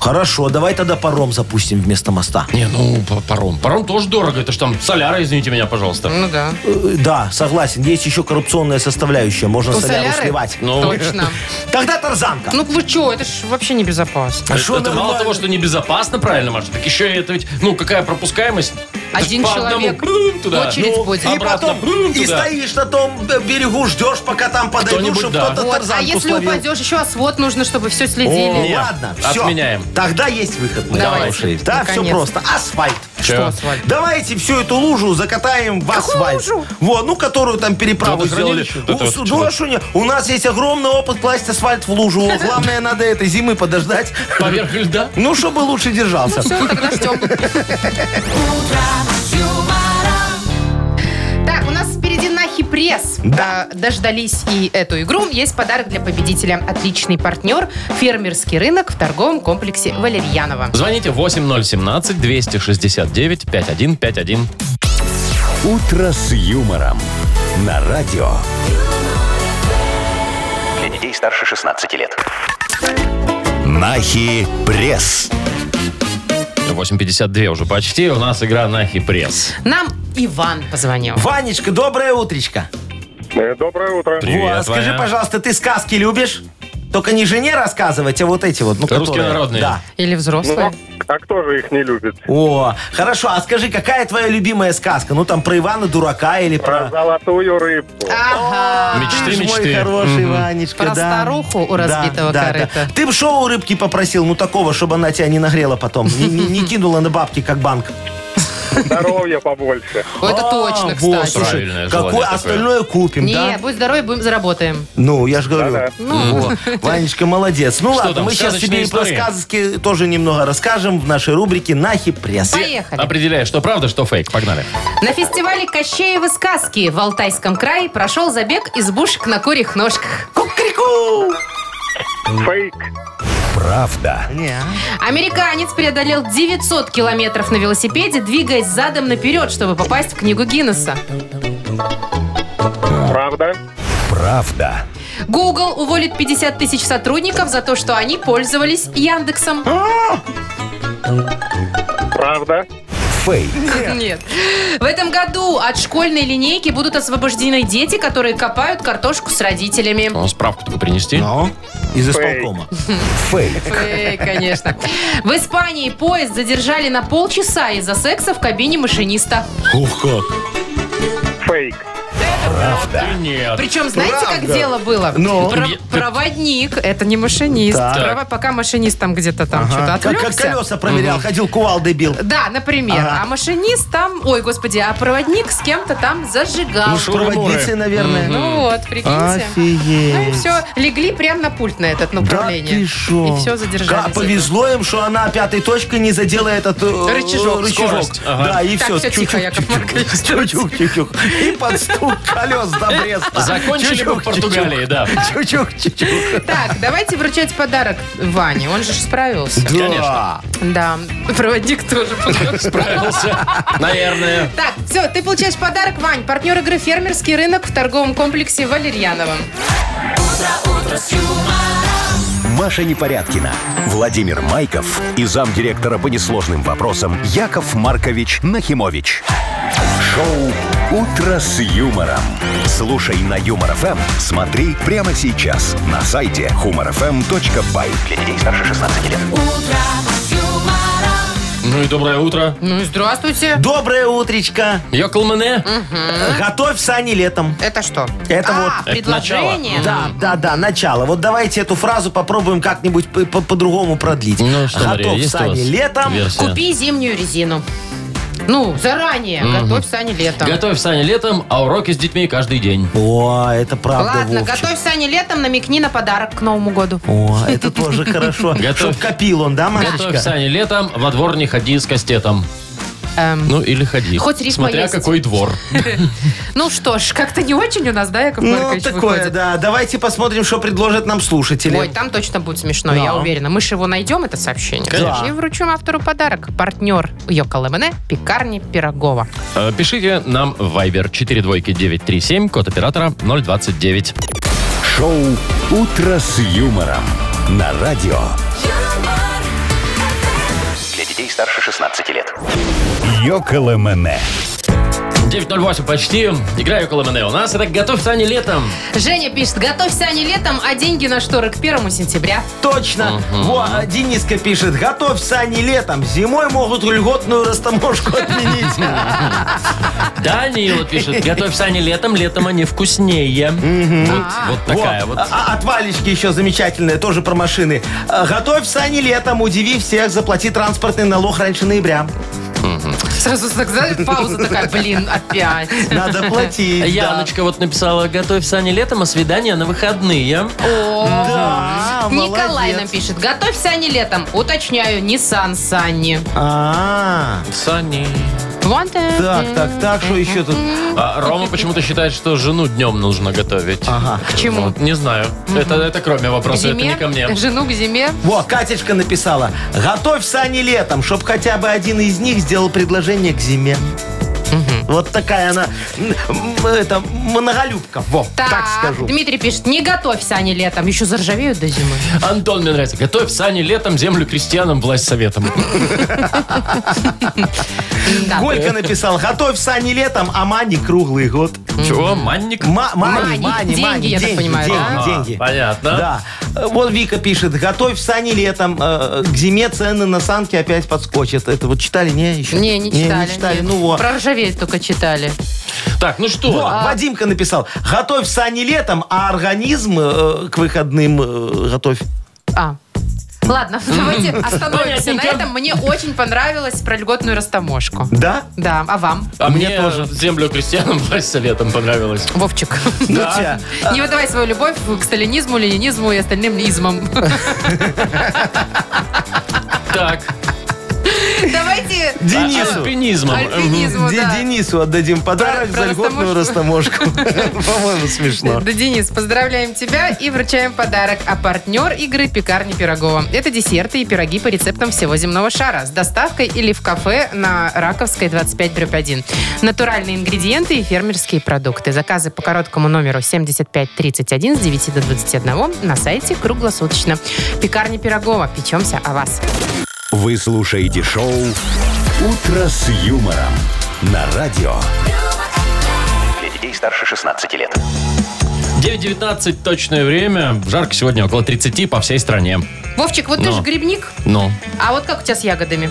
Хорошо, давай тогда паром запустим вместо моста.
Не, ну, по- паром. Паром тоже дорого. Это ж там соляра, извините меня, пожалуйста.
Ну да.
Э, Да, согласен, есть еще коррупционная составляющая, можно
У
соляру
соляры?
сливать.
Ну.
Точно.
Тогда тарзанка.
Ну вы что, это ж вообще небезопасно.
А
это
шо
это мало
нормально?
того, что небезопасно, правильно, Маша, так еще и это ведь, ну, какая пропускаемость? Это ж
Один
по одному,
человек.
брум, туда.
Очередь
Ну,
будет.
И
обратно,
потом,
брум,
и
туда.
стоишь на том э, берегу, ждешь, пока там подойдут,
Кто-нибудь,
чтобы
да.
кто-то
Вот. А
тарзанку
если
словил.
упадешь, еще освод нужно, чтобы все
О,
следили.
Не,
ладно, все.
отменяем.
Тогда есть выход. мои
Давайте,
хорошие. Да, все
наконец.
просто. Асфальт.
Чё?
асфальт?
Давайте всю эту лужу закатаем в асфальт.
лужу?
Вот, ну, которую там переправу сделали.
Водохранилище? Вот это
У,
вот
су-
чего?
ну, а шо не? у нас есть огромный опыт класть асфальт в лужу. Во, Главное, надо этой зимы подождать.
Поверх льда?
Ну, чтобы лучше держался.
Все, Ну, тогда ждем. Так, у нас впереди Нахи Пресс.
Да.
Э, Дождались и эту игру. Есть подарок для победителя. Отличный партнер. Фермерский рынок в торговом комплексе Валерьянова.
Звоните 8017-269-5151.
«Утро с юмором». На радио.
Для детей старше 16 лет.
Нахи пресс.
8.52 уже почти. У нас игра на хипресс.
Нам Иван позвонил.
Ванечка, доброе утречко.
Э, Доброе утро.
Привет,
Во, скажи,
Ваня.
пожалуйста, ты сказки любишь? Только не жене рассказывать, а вот эти вот. Ну,
Русские
которые-
народные.
Да.
Или взрослый.
а кто же их не любит?
О, хорошо. А скажи, какая твоя любимая сказка? Ну, там про Ивана Дурака или
Про
про...
золотую рыбку.
Ну,
А. Ага.
Мечты,
А, Ты ж мой
мечты.
хороший,
Мгм.
Ванечка,
Про
да.
старуху у разбитого
да,
корыта.
да. Ты бы шоу у рыбки попросил, ну, такого, чтобы она тебя не нагрела потом, не, не- не кинула на бабки, как банк.
Здоровья побольше.
О, Ну, Это
А,
точно,
во,
кстати.
слушай,
Правильное желание
какое
такое.
остальное купим, да?
Нет, будь здоровы, будем заработаем.
Ну, я же говорю.
Да-да.
Ну.
Во. Ванечка, молодец. Ну ладно,
там,
мы сейчас тебе
сказочные
и про
истории?
сказки тоже немного расскажем в нашей рубрике «Нахи пресс».
Поехали.
Определяй, что правда, что фейк. Погнали.
На фестивале Кощеевы сказки в Алтайском крае прошел забег избушек на курьих ножках.
Кукрику!
Фейк.
Правда.
Американец преодолел 900 километров на велосипеде, двигаясь задом наперед, чтобы попасть в книгу Гиннесса.
Правда.
Правда.
Google уволит 50 тысяч сотрудников за то, что они пользовались Яндексом.
Правда.
Фейк.
Нет. В этом году от школьной линейки будут освобождены дети, которые копают картошку с родителями.
Ну, справку только принести.
Ну, из
Фейк.
исполкома.
Фейк.
Фейк, конечно. В Испании поезд задержали на полчаса из-за секса в кабине машиниста.
Ух как.
Фейк.
Да Нет.
Причем, знаете, как
Правда.
дело было?
Ну?
Про- проводник, это не машинист.
Так.
Прово- Пока машинист там где-то там что-то
А, Как,
отвлекся.
как колеса проверял, ходил кувалдой бил.
Да, например.
Ага.
А машинист там, ой, господи, а проводник с кем-то там зажигал.
Ну, с проводницей, наверное.
Ну вот, прикиньте. Ну и
Офигеть.
все, легли прямо на пульт на этот направление.
Да ты шо?
И все задержали.
Ка- повезло им, что она пятой точкой не задела этот э,
Рычажок.
Скорость, ага.
Да, и
Так,
все.
всё, тихо, Яков Маркович.
И под стук колес до Бреста.
Закончили мы в
Чучук,
Португалии, да.
чучук, чучук, чучук.
Так, давайте вручать подарок Ване. Он же ж справился.
Да.
Да, проводник тоже подрос.
Справился. Наверное.
Так, все, ты получаешь подарок, Вань. Партнер игры «Фермерский рынок» в торговом комплексе «Валерьянова».
Маша Непорядкина, Владимир Майков и замдиректора по несложным вопросам Яков Маркович Нахимович. Шоу «Утро с юмором». Слушай на Юмор ФМ, смотри прямо сейчас на сайте humorfm.by. Для детей старше 16 лет.
Ну и доброе утро.
Ну и здравствуйте.
Доброе утречко.
Йоколмене.
Готовь сани летом.
Это что?
Это
а,
вот-
предложение.
Да, да, да, начало. Вот давайте эту фразу попробуем как-нибудь по- по- по-другому продлить.
Ну что, Мария,
Готовь
есть у вас
сани летом.
версия?
Купи зимнюю резину. Ну, заранее. Готовь сани летом.
Готовь Саня летом, а уроки с детьми каждый день.
О, это правда,
Ладно,
Вовчик.
готовь сани летом, намекни на подарок к Новому году.
О, это тоже хорошо.
Готовь.
Чтоб копил он, да,
Готовь
Машечка?
Саня летом, во двор не ходи с кастетом.
Эм,
Ну или ходи.
Хоть рифма
Смотря
есть.
какой двор.
ну что ж, как-то не очень у нас, да, Яков
Ну,
Маркович,
такое,
выходит?
да. Давайте посмотрим, что предложат нам слушатели.
Ой, там точно будет смешно, я
Да.
уверена. Мы же его найдем, это сообщение.
Конечно.
И вручим автору подарок. Партнер Йоко Лемоне, пекарни Пирогова.
Э, Пишите нам в Viber 42937, код оператора 029.
Шоу «Утро с юмором» на радио.
Для детей старше 16 лет.
Йоколэмэне.
908 почти. Играю Коломене. У нас это «Готовь Саня летом».
Женя пишет, готовь сани летом, а деньги на шторы к первому сентября.
Точно. Во, а Дениска пишет, готовь сани летом, зимой могут льготную растаможку отменить.
Даниила пишет, «Готовь Саня летом, летом они вкуснее». Вот, вот *laughs* такая вот.
А- А от Валечки еще замечательная, тоже про машины. А, Готовь сани летом, удиви всех, заплати транспортный налог раньше ноября.
Сразу так, знаешь, пауза такая, блин, опять.
*laughs*
Надо платить.
Яночка вот написала, «Готовь Саня летом, а свидание на выходные».
О,
Да, Да,
Николай
молодец.
нам пишет, готовь сани летом. Уточняю, Nissan Санни.
А,
Сани.
Вот это.
так, так, так, что еще тут?
А Рома почему-то считает, что жену днем нужно готовить.
Ага.
К чему?
Вот, не знаю. Это, это кроме
К
вопроса, это
зиме?
не ко
Э,
мне.
Жену к зиме?
Во, Катечка написала, готовь сани летом, чтоб хотя бы один из них сделал предложение к зиме. Вот такая она, м, м, это, многолюбка, во, так, скажу.
Дмитрий пишет, не готовь сани летом. Еще заржавеют до
*laughs*
зимы.
Антон мне нравится. Готовь сани летом, землю крестьянам, власть советам.
Да.
Голька написал, готовь сани летом, а мани круглый год.
Чего? Манник?
Ма-
Мани,
мани, мани,
деньги,
мани,
я так
деньги,
понимаю,
деньги,
да?
деньги.
А, понятно.
Да. Э, Вот Вика пишет, готовь сани летом, э, к зиме цены на санки опять подскочат. Это вот читали, не? Еще?
Не, не читали.
Не, читали,
нет.
ну вот.
Про ржавеют только читали.
Так, ну что?
Во, Вадимка написал, готовь сани летом, а организм э, к выходным э, готовь.
А. Ладно,
*laughs*
давайте остановимся на
Понятненько.
этом. Мне очень понравилось про льготную растаможку.
Да?
Да, а вам,
А
Мне
мне
тоже.
тоже землю крестьянам власть советом понравилось.
Вовчик?
Ну,
*laughs*
тебя.
Не выдавай свою любовь к сталинизму, ленинизму и остальным измам.
Так,
*laughs*
а,
Давайте
Денису.
альпинизмом.
альпинизм.
Де-
да.
Денису отдадим подарок
Про- про
за льготную растаможку. *laughs* По-моему, смешно.
Да, Денис, поздравляем тебя и вручаем подарок. А партнер игры «Пекарни Пирогова». Это десерты и пироги по рецептам всего земного шара с доставкой или в кафе на Раковской 25 дробь 1. Натуральные ингредиенты и фермерские продукты. Заказы по короткому номеру 7531 с 9 до 21 на сайте круглосуточно. «Пекарни Пирогова». Печемся о вас.
Вы слушаете шоу «Утро с юмором» на радио.
Для детей старше 16 лет.
9.19 точное время. Жарко сегодня около 30 по всей стране.
Вовчик, вот ты
Ну.
же грибник,
Ну,
а вот как у тебя с ягодами?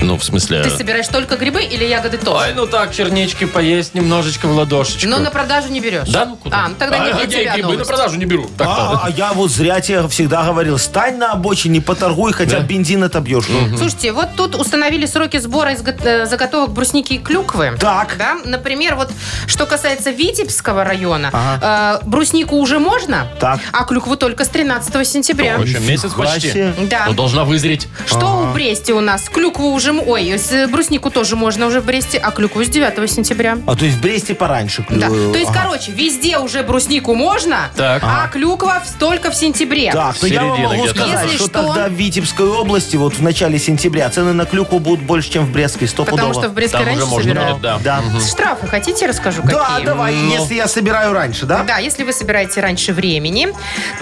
ну, в смысле...
Ты собираешь только грибы или ягоды
Ой,
тоже?
ну так, чернички поесть немножечко в ладошечку.
Но на продажу не берешь.
Да, ну куда?
А, ну тогда не
А,
для
окей,
тебя
грибы на
новость.
продажу не беру. Так-то.
А, а я вот зря тебе всегда говорил, стань на обочине, поторгуй, хотя бензин отобьешь.
Слушайте, вот тут установили сроки сбора изго- э, заготовок брусники и клюквы.
Так.
Да? Например, вот что касается Витебского района,
Ага.
э, бруснику уже можно,
Так.
а клюкву только с 13 сентября.
В общем, месяц
Нифига
почти.
себе.
Да.
Ну, должна вызреть.
Что у Бресте у нас? Клюкву уже... м- Ой, с- э, бруснику тоже можно уже в Бресте, а клюкву с 9 сентября.
А то есть в Бресте пораньше
Да.
клюю.
То есть,
Ага.
короче, везде уже бруснику можно,
Так.
а клюква в- только в сентябре.
Так, ну я вам
середина
могу
где-то.
сказать,
Если
что,
что-
тогда в Витебской области вот в начале сентября цены на клюкву будут больше, чем в Брестской, стопудово.
Потому что в Брестской
Там уже
раньше
можно
собирали.
будет, да.
Да,
Штрафы хотите, расскажу,
да
какие?
давай,
Ну.
если я собираю раньше, да?
Да, если вы собираете раньше времени,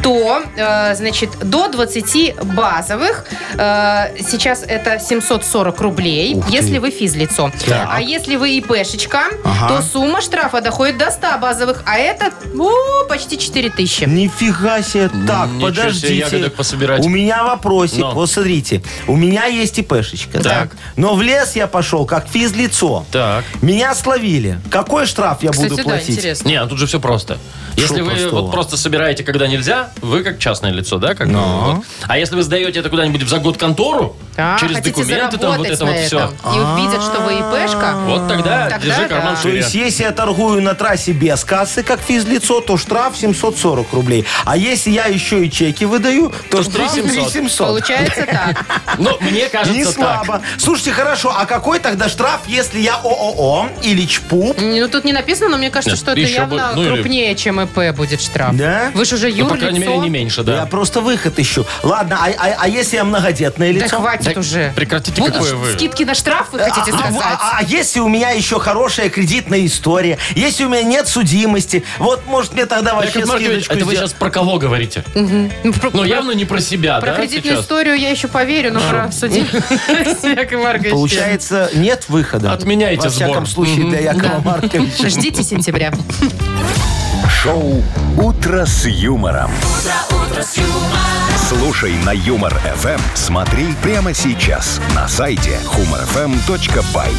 то, э, значит, до 20 базовых, э, сейчас это 740 рублей, если вы физлицо.
Так.
А если вы ИПшечка,
Ага.
то сумма штрафа доходит до 100 базовых, а это о, почти 4000.
Нифига себе. Так,
Ничего себе,
подождите.
ягодок пособирать.
У меня вопросик.
Но.
Вот смотрите, у меня есть ИПшечка.
Так.
Но в лес я пошел как физлицо.
Так.
Меня словили. Какой штраф я
Кстати, да,
буду платить?
интересно.
Не, а тут же все просто. Если вы
простого?
вот просто собираете, когда нельзя, вы как частное лицо, да? Как, бы,
Но.
вот. А если вы сдаете это куда-нибудь в загод контору,
Да,
через
хотите
документы, там вот
заработать
это
на
вот все.
этом. И увидят, что вы ИПшка.
Вот тогда,
Тогда
держи карман
да.
То
шире.
есть, если я торгую на трассе без кассы, как физлицо, то штраф 740 рублей. А если я еще и чеки выдаю, то штраф
3700.
3700.
Получается так.
*laughs* Ну, мне кажется,
Не
так.
слабо. Слушайте, хорошо, а какой тогда штраф, если я ООО или ЧПУ?
Ну, тут не написано, но мне кажется,
Нет,
что это
еще
явно
бы- ну, или-
крупнее, чем ИП будет штраф.
Да?
Вы же уже
Ну, по крайней мере,
юрлицо.
не меньше,
Я
да.
просто выход ищу. Ладно, а, а- а если я многодетное
Да
лицо?
хватит
Да
уже.
прекратите,
Будут
какое вы.
скидки на штраф, вы хотите
А, в-
сказать?
а- а если у меня еще хорошая кредитная история, если у меня нет судимости, вот может мне тогда вообще
Яков Маркович,
скидочку
это вы
сделать?
сейчас про кого говорите?
Ну, про-
Ну,
про-
явно не про себя,
Про
да,
кредитную
сейчас?
историю я еще поверю, но про
*laughs*
судебную с Яковом Марковичем.
А. Получается, нет выхода.
Отменяйте
Во всяком
сбор.
случае, для Якова
*laughs*
Марковича.
Ждите сентября.
Шоу «Утро с юмором». Слушай на Юмор ФМ. Смотри прямо сейчас на сайте humorfm.by.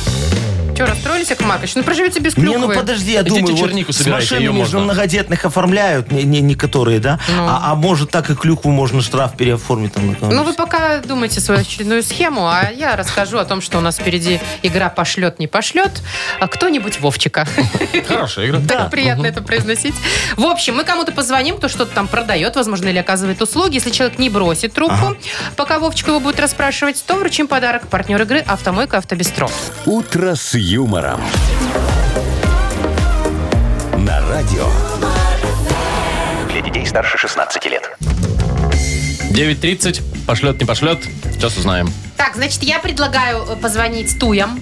Че, расстроились, Яков Маркович? Ну, проживете без
Не, ну
клюквы.
подожди, я
Идите
думаю, вот
чернику
с
собирайте, ее
машинами же
можно.
многодетных оформляют, не, не- некоторые, да? А, а может так и клюкву можно штраф переоформить там на кого-нибудь.
Ну, вы пока думайте свою очередную схему, а я расскажу о том, что у нас впереди игра пошлет, не пошлет, а кто-нибудь Вовчика. *laughs*
Хорошая игра.
Так приятно это произносить. В общем, мы кому-то позвоним, кто что-то там продает, возможно, или оказывает услуги. Если человек не бросит трубку, пока Вовчик его будет расспрашивать, то вручим подарок. Партнер игры «Автомойка Автобестро».
«Утро с юмором». На радио.
Для детей старше 16 лет.
9.30. Пошлет, не пошлет. Сейчас узнаем.
Так, значит, я предлагаю э, позвонить туям.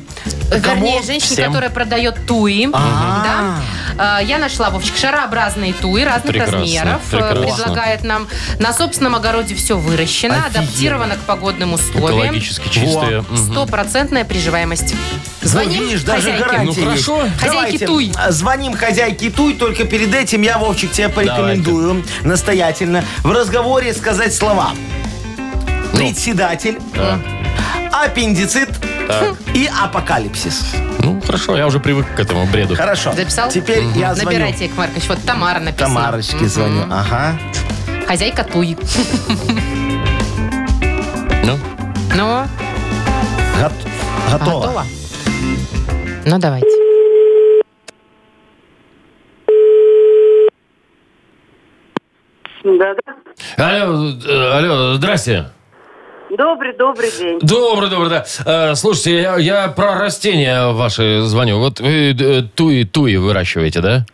Э, Вернее, женщине,
Всем. А.
которая продает туи. Да. Э, Я нашла, Вовчик, шарообразные туи разных
Прекрасно,
размеров. Э,
прекрасно.
Предлагает нам. На собственном огороде все выращено,
Офигенно.
адаптировано к погодным условиям.
Экологически чистые. Мгм.
Стопроцентная приживаемость. Звоним
Вот Ну, видишь, даже
хозяйке.
гарантии.
Ну,
есть.
хорошо.
Хозяйке
Давайте,
Туй.
а, Звоним хозяйке Туй, только перед этим я, Вовчик, тебе порекомендую настоятельно в разговоре сказать слова.
Ну.
Председатель,
Да.
аппендицит
Так.
и апокалипсис.
Ну, хорошо, я уже привык к этому бреду.
Хорошо.
Записал?
Теперь я звоню.
Набирайте, Яков Маркович. Вот Тамара написала.
Тамарочке
Мгм.
звоню. Ага.
Хозяйка Туй. Ну,
Гот- Готово.
готово? Ну, давайте.
Да-да.
Алло, э, алло, здрасте.
Добрый, добрый день.
Добрый, добрый, да. Э, слушайте, я, я про растения ваши звоню. Вот вы э, туи-туи выращиваете, да?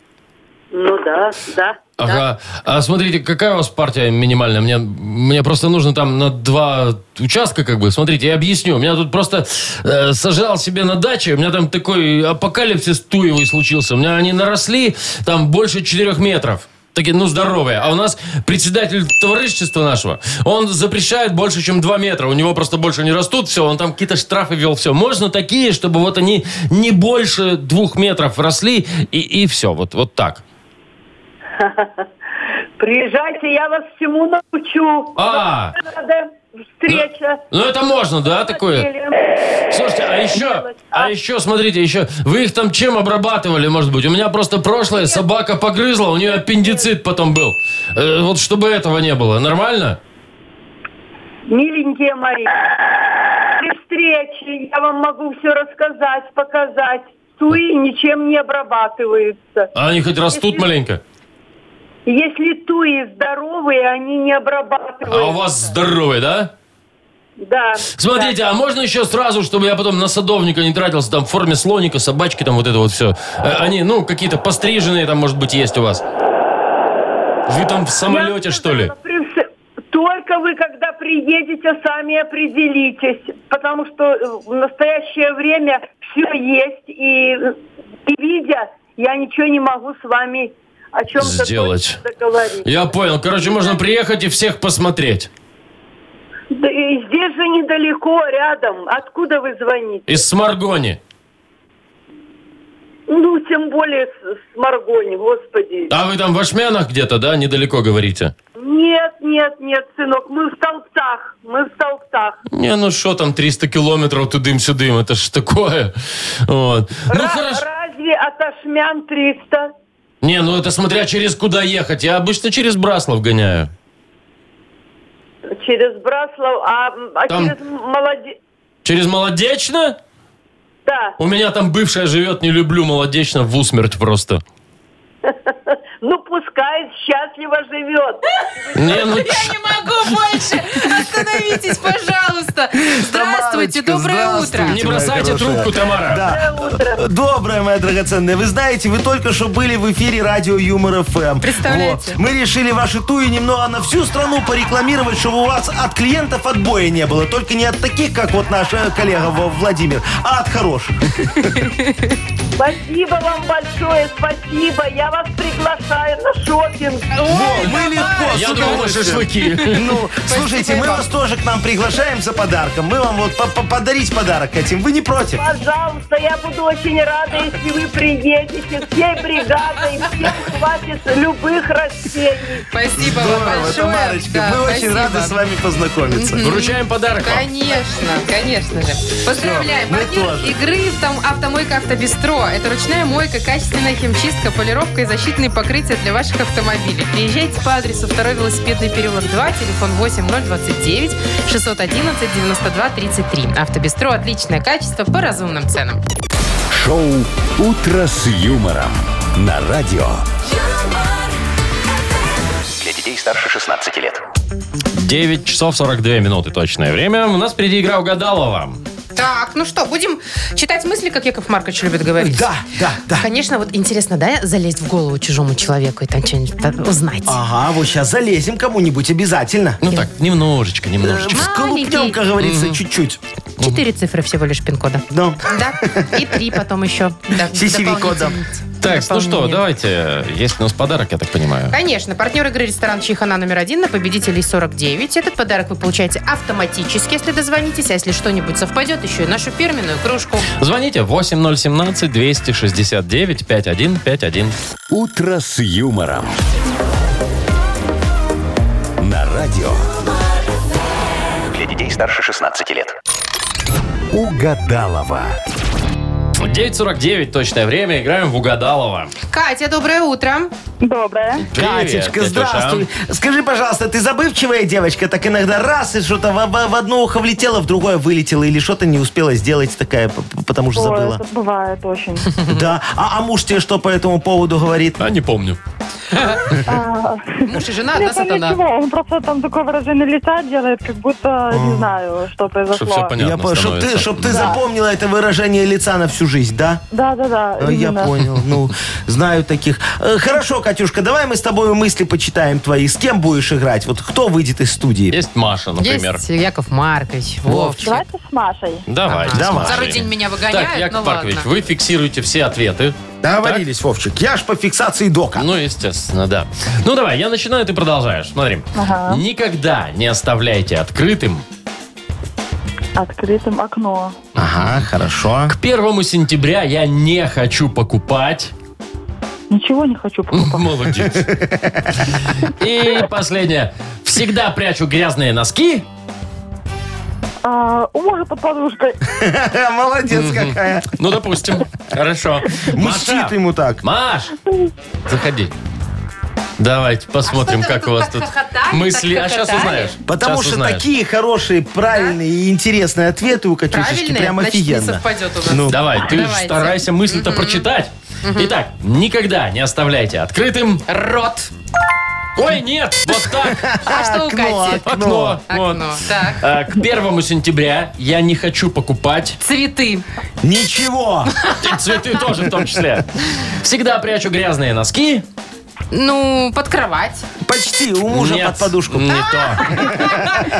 Ну да, да.
Ага. А смотрите, какая у вас партия минимальная? Мне, мне просто нужно там на два участка, как бы. Смотрите, я объясню. У меня тут просто э, сажал себе на даче. У меня там такой апокалипсис туевый случился. У меня они наросли там больше четырех метров. Такие, ну, здоровые. А у нас председатель товарищества нашего, он запрещает больше, чем 2 метра. У него просто больше не растут, все, он там какие-то штрафы вел, все. Можно такие, чтобы вот они не больше двух метров росли, и, и все, вот, вот так.
Приезжайте, я вас всему научу.
А,
Надо встреча.
Ну, это можно, да, такое? Слушайте, а еще, а еще, смотрите, еще, вы их там чем обрабатывали, может быть? У меня просто прошлое, собака погрызла, у нее аппендицит потом был. Э, вот чтобы этого не было, нормально?
Миленькие мои, при встрече я вам могу все рассказать, показать. Туи ничем не обрабатываются.
А они хоть растут маленько?
Если туи здоровые, они не обрабатываются.
А у вас здоровые, да?
Да.
Смотрите, а можно еще сразу, чтобы я потом на садовника не тратился, там, в форме слоника, собачки, там, вот это вот все. Они, ну, какие-то постриженные там, может быть, есть у вас. Вы там в самолете,
Я
что ли?
сказала, при вс- Только вы, когда приедете, сами определитесь, потому что э, в настоящее время все есть, и э, не видя, я ничего не могу с вами о чем-то
Сделать.
точно договорить.
Я понял. Короче, можно приехать и всех посмотреть.
Да и здесь же недалеко, рядом. Откуда вы звоните?
Из Сморгони.
Ну, тем более с, с Маргони, господи.
А вы там в Ашмянах где-то, да, недалеко говорите?
Нет, нет, нет, сынок, мы в столбцах, мы в столбцах.
Не, ну что там, 300 километров тудым-сюдым, это ж такое. Вот. Ну
Ра-
хорошо.
Разве от Ашмян 300?
Не, ну это смотря через куда ехать. Я обычно через Браслов гоняю.
Через Браслав, а, м, а
Там-
через Молоде...
Через Молодечно?
Да,
У меня там бывшая живет, не люблю Молодечно, в усмерть просто.
*laughs* ну пускай счастливо живет.
Не, ну
Я не могу больше. Остановитесь, пожалуйста. Здравствуйте,
Тамарочка,
доброе утро.
здравствуйте.
не бросайте трубку, Тамара.
Да. Доброе, моя драгоценная. Вы знаете, вы только что были в эфире радио Юмор ФМ.
Представляете?
Во. Мы решили ваши туи немного на всю страну порекламировать, чтобы у вас от клиентов отбоя не было. Только не от таких, как вот наш э, коллега Во- Владимир, а от хороших.
Спасибо вам большое, спасибо. Я вас приглашаю на шопинг.
Во, мы легко, с
Я думал,
удовольствием.
шашлыки.
Ну, слушайте, мы вас тоже к нам приглашаем за подарком. Мы вам вот по- по- подарить подарок хотим. Вы не против?
Пожалуйста, я буду очень рада, если вы приедете всей бригадой, всем хватит любых растений.
Спасибо вам
Здорово,
большое.
Тамарочка.
Да,
мы очень
спасибо.
рады с вами познакомиться.
Вручаем подарок. вам.
Конечно, конечно же. Поздравляем.
мы
Партнер
тоже.
игры там автомойка «Автобестро». Это ручная мойка, качественная химчистка, полировка и защитные покрытия для ваших автомобилей. Приезжайте по адресу 2 велосипедный переулок 2, телефон 8029 611 92 33. «Автобестро» – отличное качество по разумным ценам.
Шоу «Утро с юмором» на радио.
Для детей старше 16 лет.
9 часов 42 минуты точное время. У нас впереди игра угадала вам.
Так, ну что, будем читать мысли, как Яков Маркович любит говорить?
Да, да, да.
Конечно, вот интересно, да, залезть в голову чужому человеку и там что-нибудь та- узнать.
Ага, вот сейчас залезем кому-нибудь обязательно.
Ну так, немножечко, немножечко.
Сколупнем, как говорится, чуть-чуть.
Четыре цифры всего лишь пин-кода.
Ну,
Да, и три потом еще. да,
CCV-кодом.
дополнительно.
Так, ну что,
Дополнение.
давайте. Есть у нас подарок, я так понимаю.
Конечно, партнер игры ресторан Чихана номер один на победителей 49. Этот подарок вы получаете автоматически, если дозвонитесь, а если что-нибудь совпадет, еще и нашу фирменную кружку.
Звоните 8017-269-5151.
«Утро с юмором». На радио
Для детей старше 16 лет.
«Угадалова».
9.49 точное время. Играем в Угадалова.
Катя, доброе утро.
Доброе.
Катечка,
Катюша.
здравствуй. Скажи, пожалуйста, ты забывчивая девочка, так иногда раз и что-то в, в- в одно ухо влетело, в другое вылетело, или что-то не успела сделать такая, п- п- потому что
Ой,
забыла.
*laughs* это бывает
*laughs*
очень.
Да. А, а муж тебе что по этому поводу говорит?
А, не помню.
А,
Муж и жена, одна
Нет, там
сатана.
ничего, он просто там такое выражение лица делает, как будто не знаю,
Чтоб
что
все
произошло.
понятно
чтобы ты,
становится.
чтоб ты запомнила это выражение лица на всю жизнь, да?
Да, да, да.
А,
Э, Я
именно.
понял, ну, знаю таких. Э, Хорошо, Катюшка, давай мы с тобой мысли почитаем твои. С кем будешь играть? Вот кто выйдет из студии?
Есть Маша, например.
Есть Яков Маркович, Вовчик.
Давайте с Машей.
Давайте.
Давай.
Машей.
Второй день меня выгоняют,
Так, Яков
ну
Маркович,
ладно.
вы фиксируете все ответы.
Договорились, Вовчик. Я ж по фиксации дока.
Ну, естественно, да. Ну, давай, я начинаю, ты продолжаешь. Смотри.
Ага.
Никогда не оставляйте открытым
Открытым окно.
Ага, хорошо.
к первому сентября я не хочу покупать. *laughs* Ну,
Ничего не хочу покупать.
Молодец. И последнее. Всегда прячу грязные носки.
А, у мужа под подушкой.
*laughs* Молодец какая.
Ну, допустим. Хорошо. Маша,
Мстит ему так.
Маш, заходи. Давайте посмотрим,
что-то вы
как у
тут
вас
так
тут
хохотали,
мысли.
так
А сейчас
хохотали.
узнаешь.
Потому
Щас
что
узнаешь.
такие хорошие, правильные и интересные ответы у Катюшечки.
Правильные?
Прям
Значит, не
офигенно.
совпадет у нас.
Ну,
Давай, ты
Давайте.
старайся мысль-то прочитать. Итак, никогда не оставляйте открытым...
Рот.
Ой, нет, вот так,
А что у
окно,
Кати?
*laughs* окно.
окно. вот.
Окно. Так.
А, К первому сентября я не хочу покупать.
Цветы.
Ничего.
И цветы тоже в том числе. Всегда прячу грязные носки.
Ну, под кровать. *laughs*
Почти. У мужа
Нет,
под подушку.
Не то.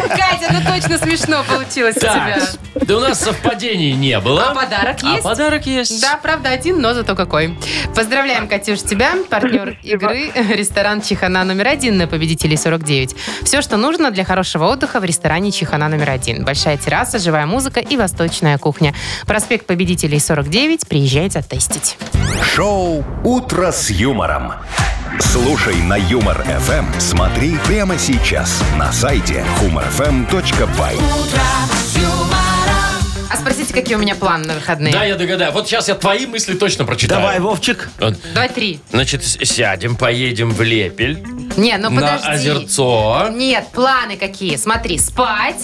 Катя, ну точно смешно получилось у А, тебя.
Так, да у нас совпадений не было.
А подарок
А
есть?
подарок есть.
Да, правда, один, но зато какой. Поздравляем, Катюш, тебя, партнер игры, ресторан Чихана номер один на победителей 49. Все, что нужно для хорошего отдыха в ресторане Чихана номер один. Большая терраса, живая музыка и восточная кухня. Проспект победителей 49. Приезжай затестить.
Шоу «Утро с юмором». Слушай на Юмор ФМ. Смотри прямо сейчас на сайте humorfm.by.
А спросите, какие у меня планы на выходные?
Да, я догадаю. Вот сейчас я твои мысли точно прочитаю.
Давай, Вовчик.
Давай три.
Значит, с- сядем, поедем в Лепель,
Не, ну
на
подожди.
Озерцо.
Нет, планы какие? Смотри, спать,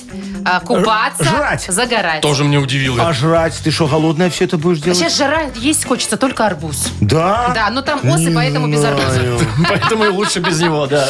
а, купаться,
Ж- жрать.
загорать.
Тоже мне удивил.
А жрать? Ты что, голодная все это будешь делать?
Сейчас жара, есть хочется только арбуз.
Да?
Да, ну там осы, поэтому без арбуза.
*laughs* Поэтому и лучше без него, да.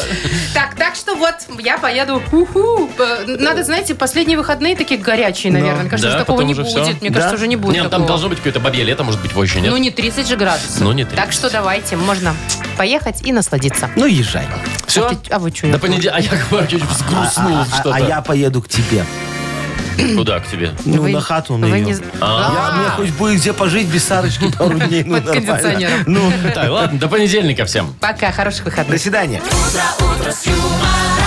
Так, так что вот я поеду. Уху. Э, Надо, знаете, последние выходные такие горячие, наверное. Мне кажется,
Ну, Да,
уже такого
потом
не
уже
будет.
всё.
Мне
Да?
кажется, уже не будет
Нет, ну, там
такого.
должно быть какое-то бабье лето, может быть, больше
Ну
нет.
не 30 же градусов.
Ну, не 30.
Так что давайте, можно поехать и насладиться.
Ну, езжай.
Все?
А ты- а вы чё,
До
Яков
понедельника. А Яков Маркович взгрустнул
А-
что-то.
А а я поеду к тебе.
Куда к тебе?
Ну,
Вы-
на хату на
Вы
её.
не...
Я,
А,
мне хоть будет где пожить
*laughs*
без Сарочки пару дней. ну,
Под
нормально.
кондиционером.
Ну,
Так, ладно, до понедельника всем.
Пока, хороших выходных.
до свидания.
утро с юмором.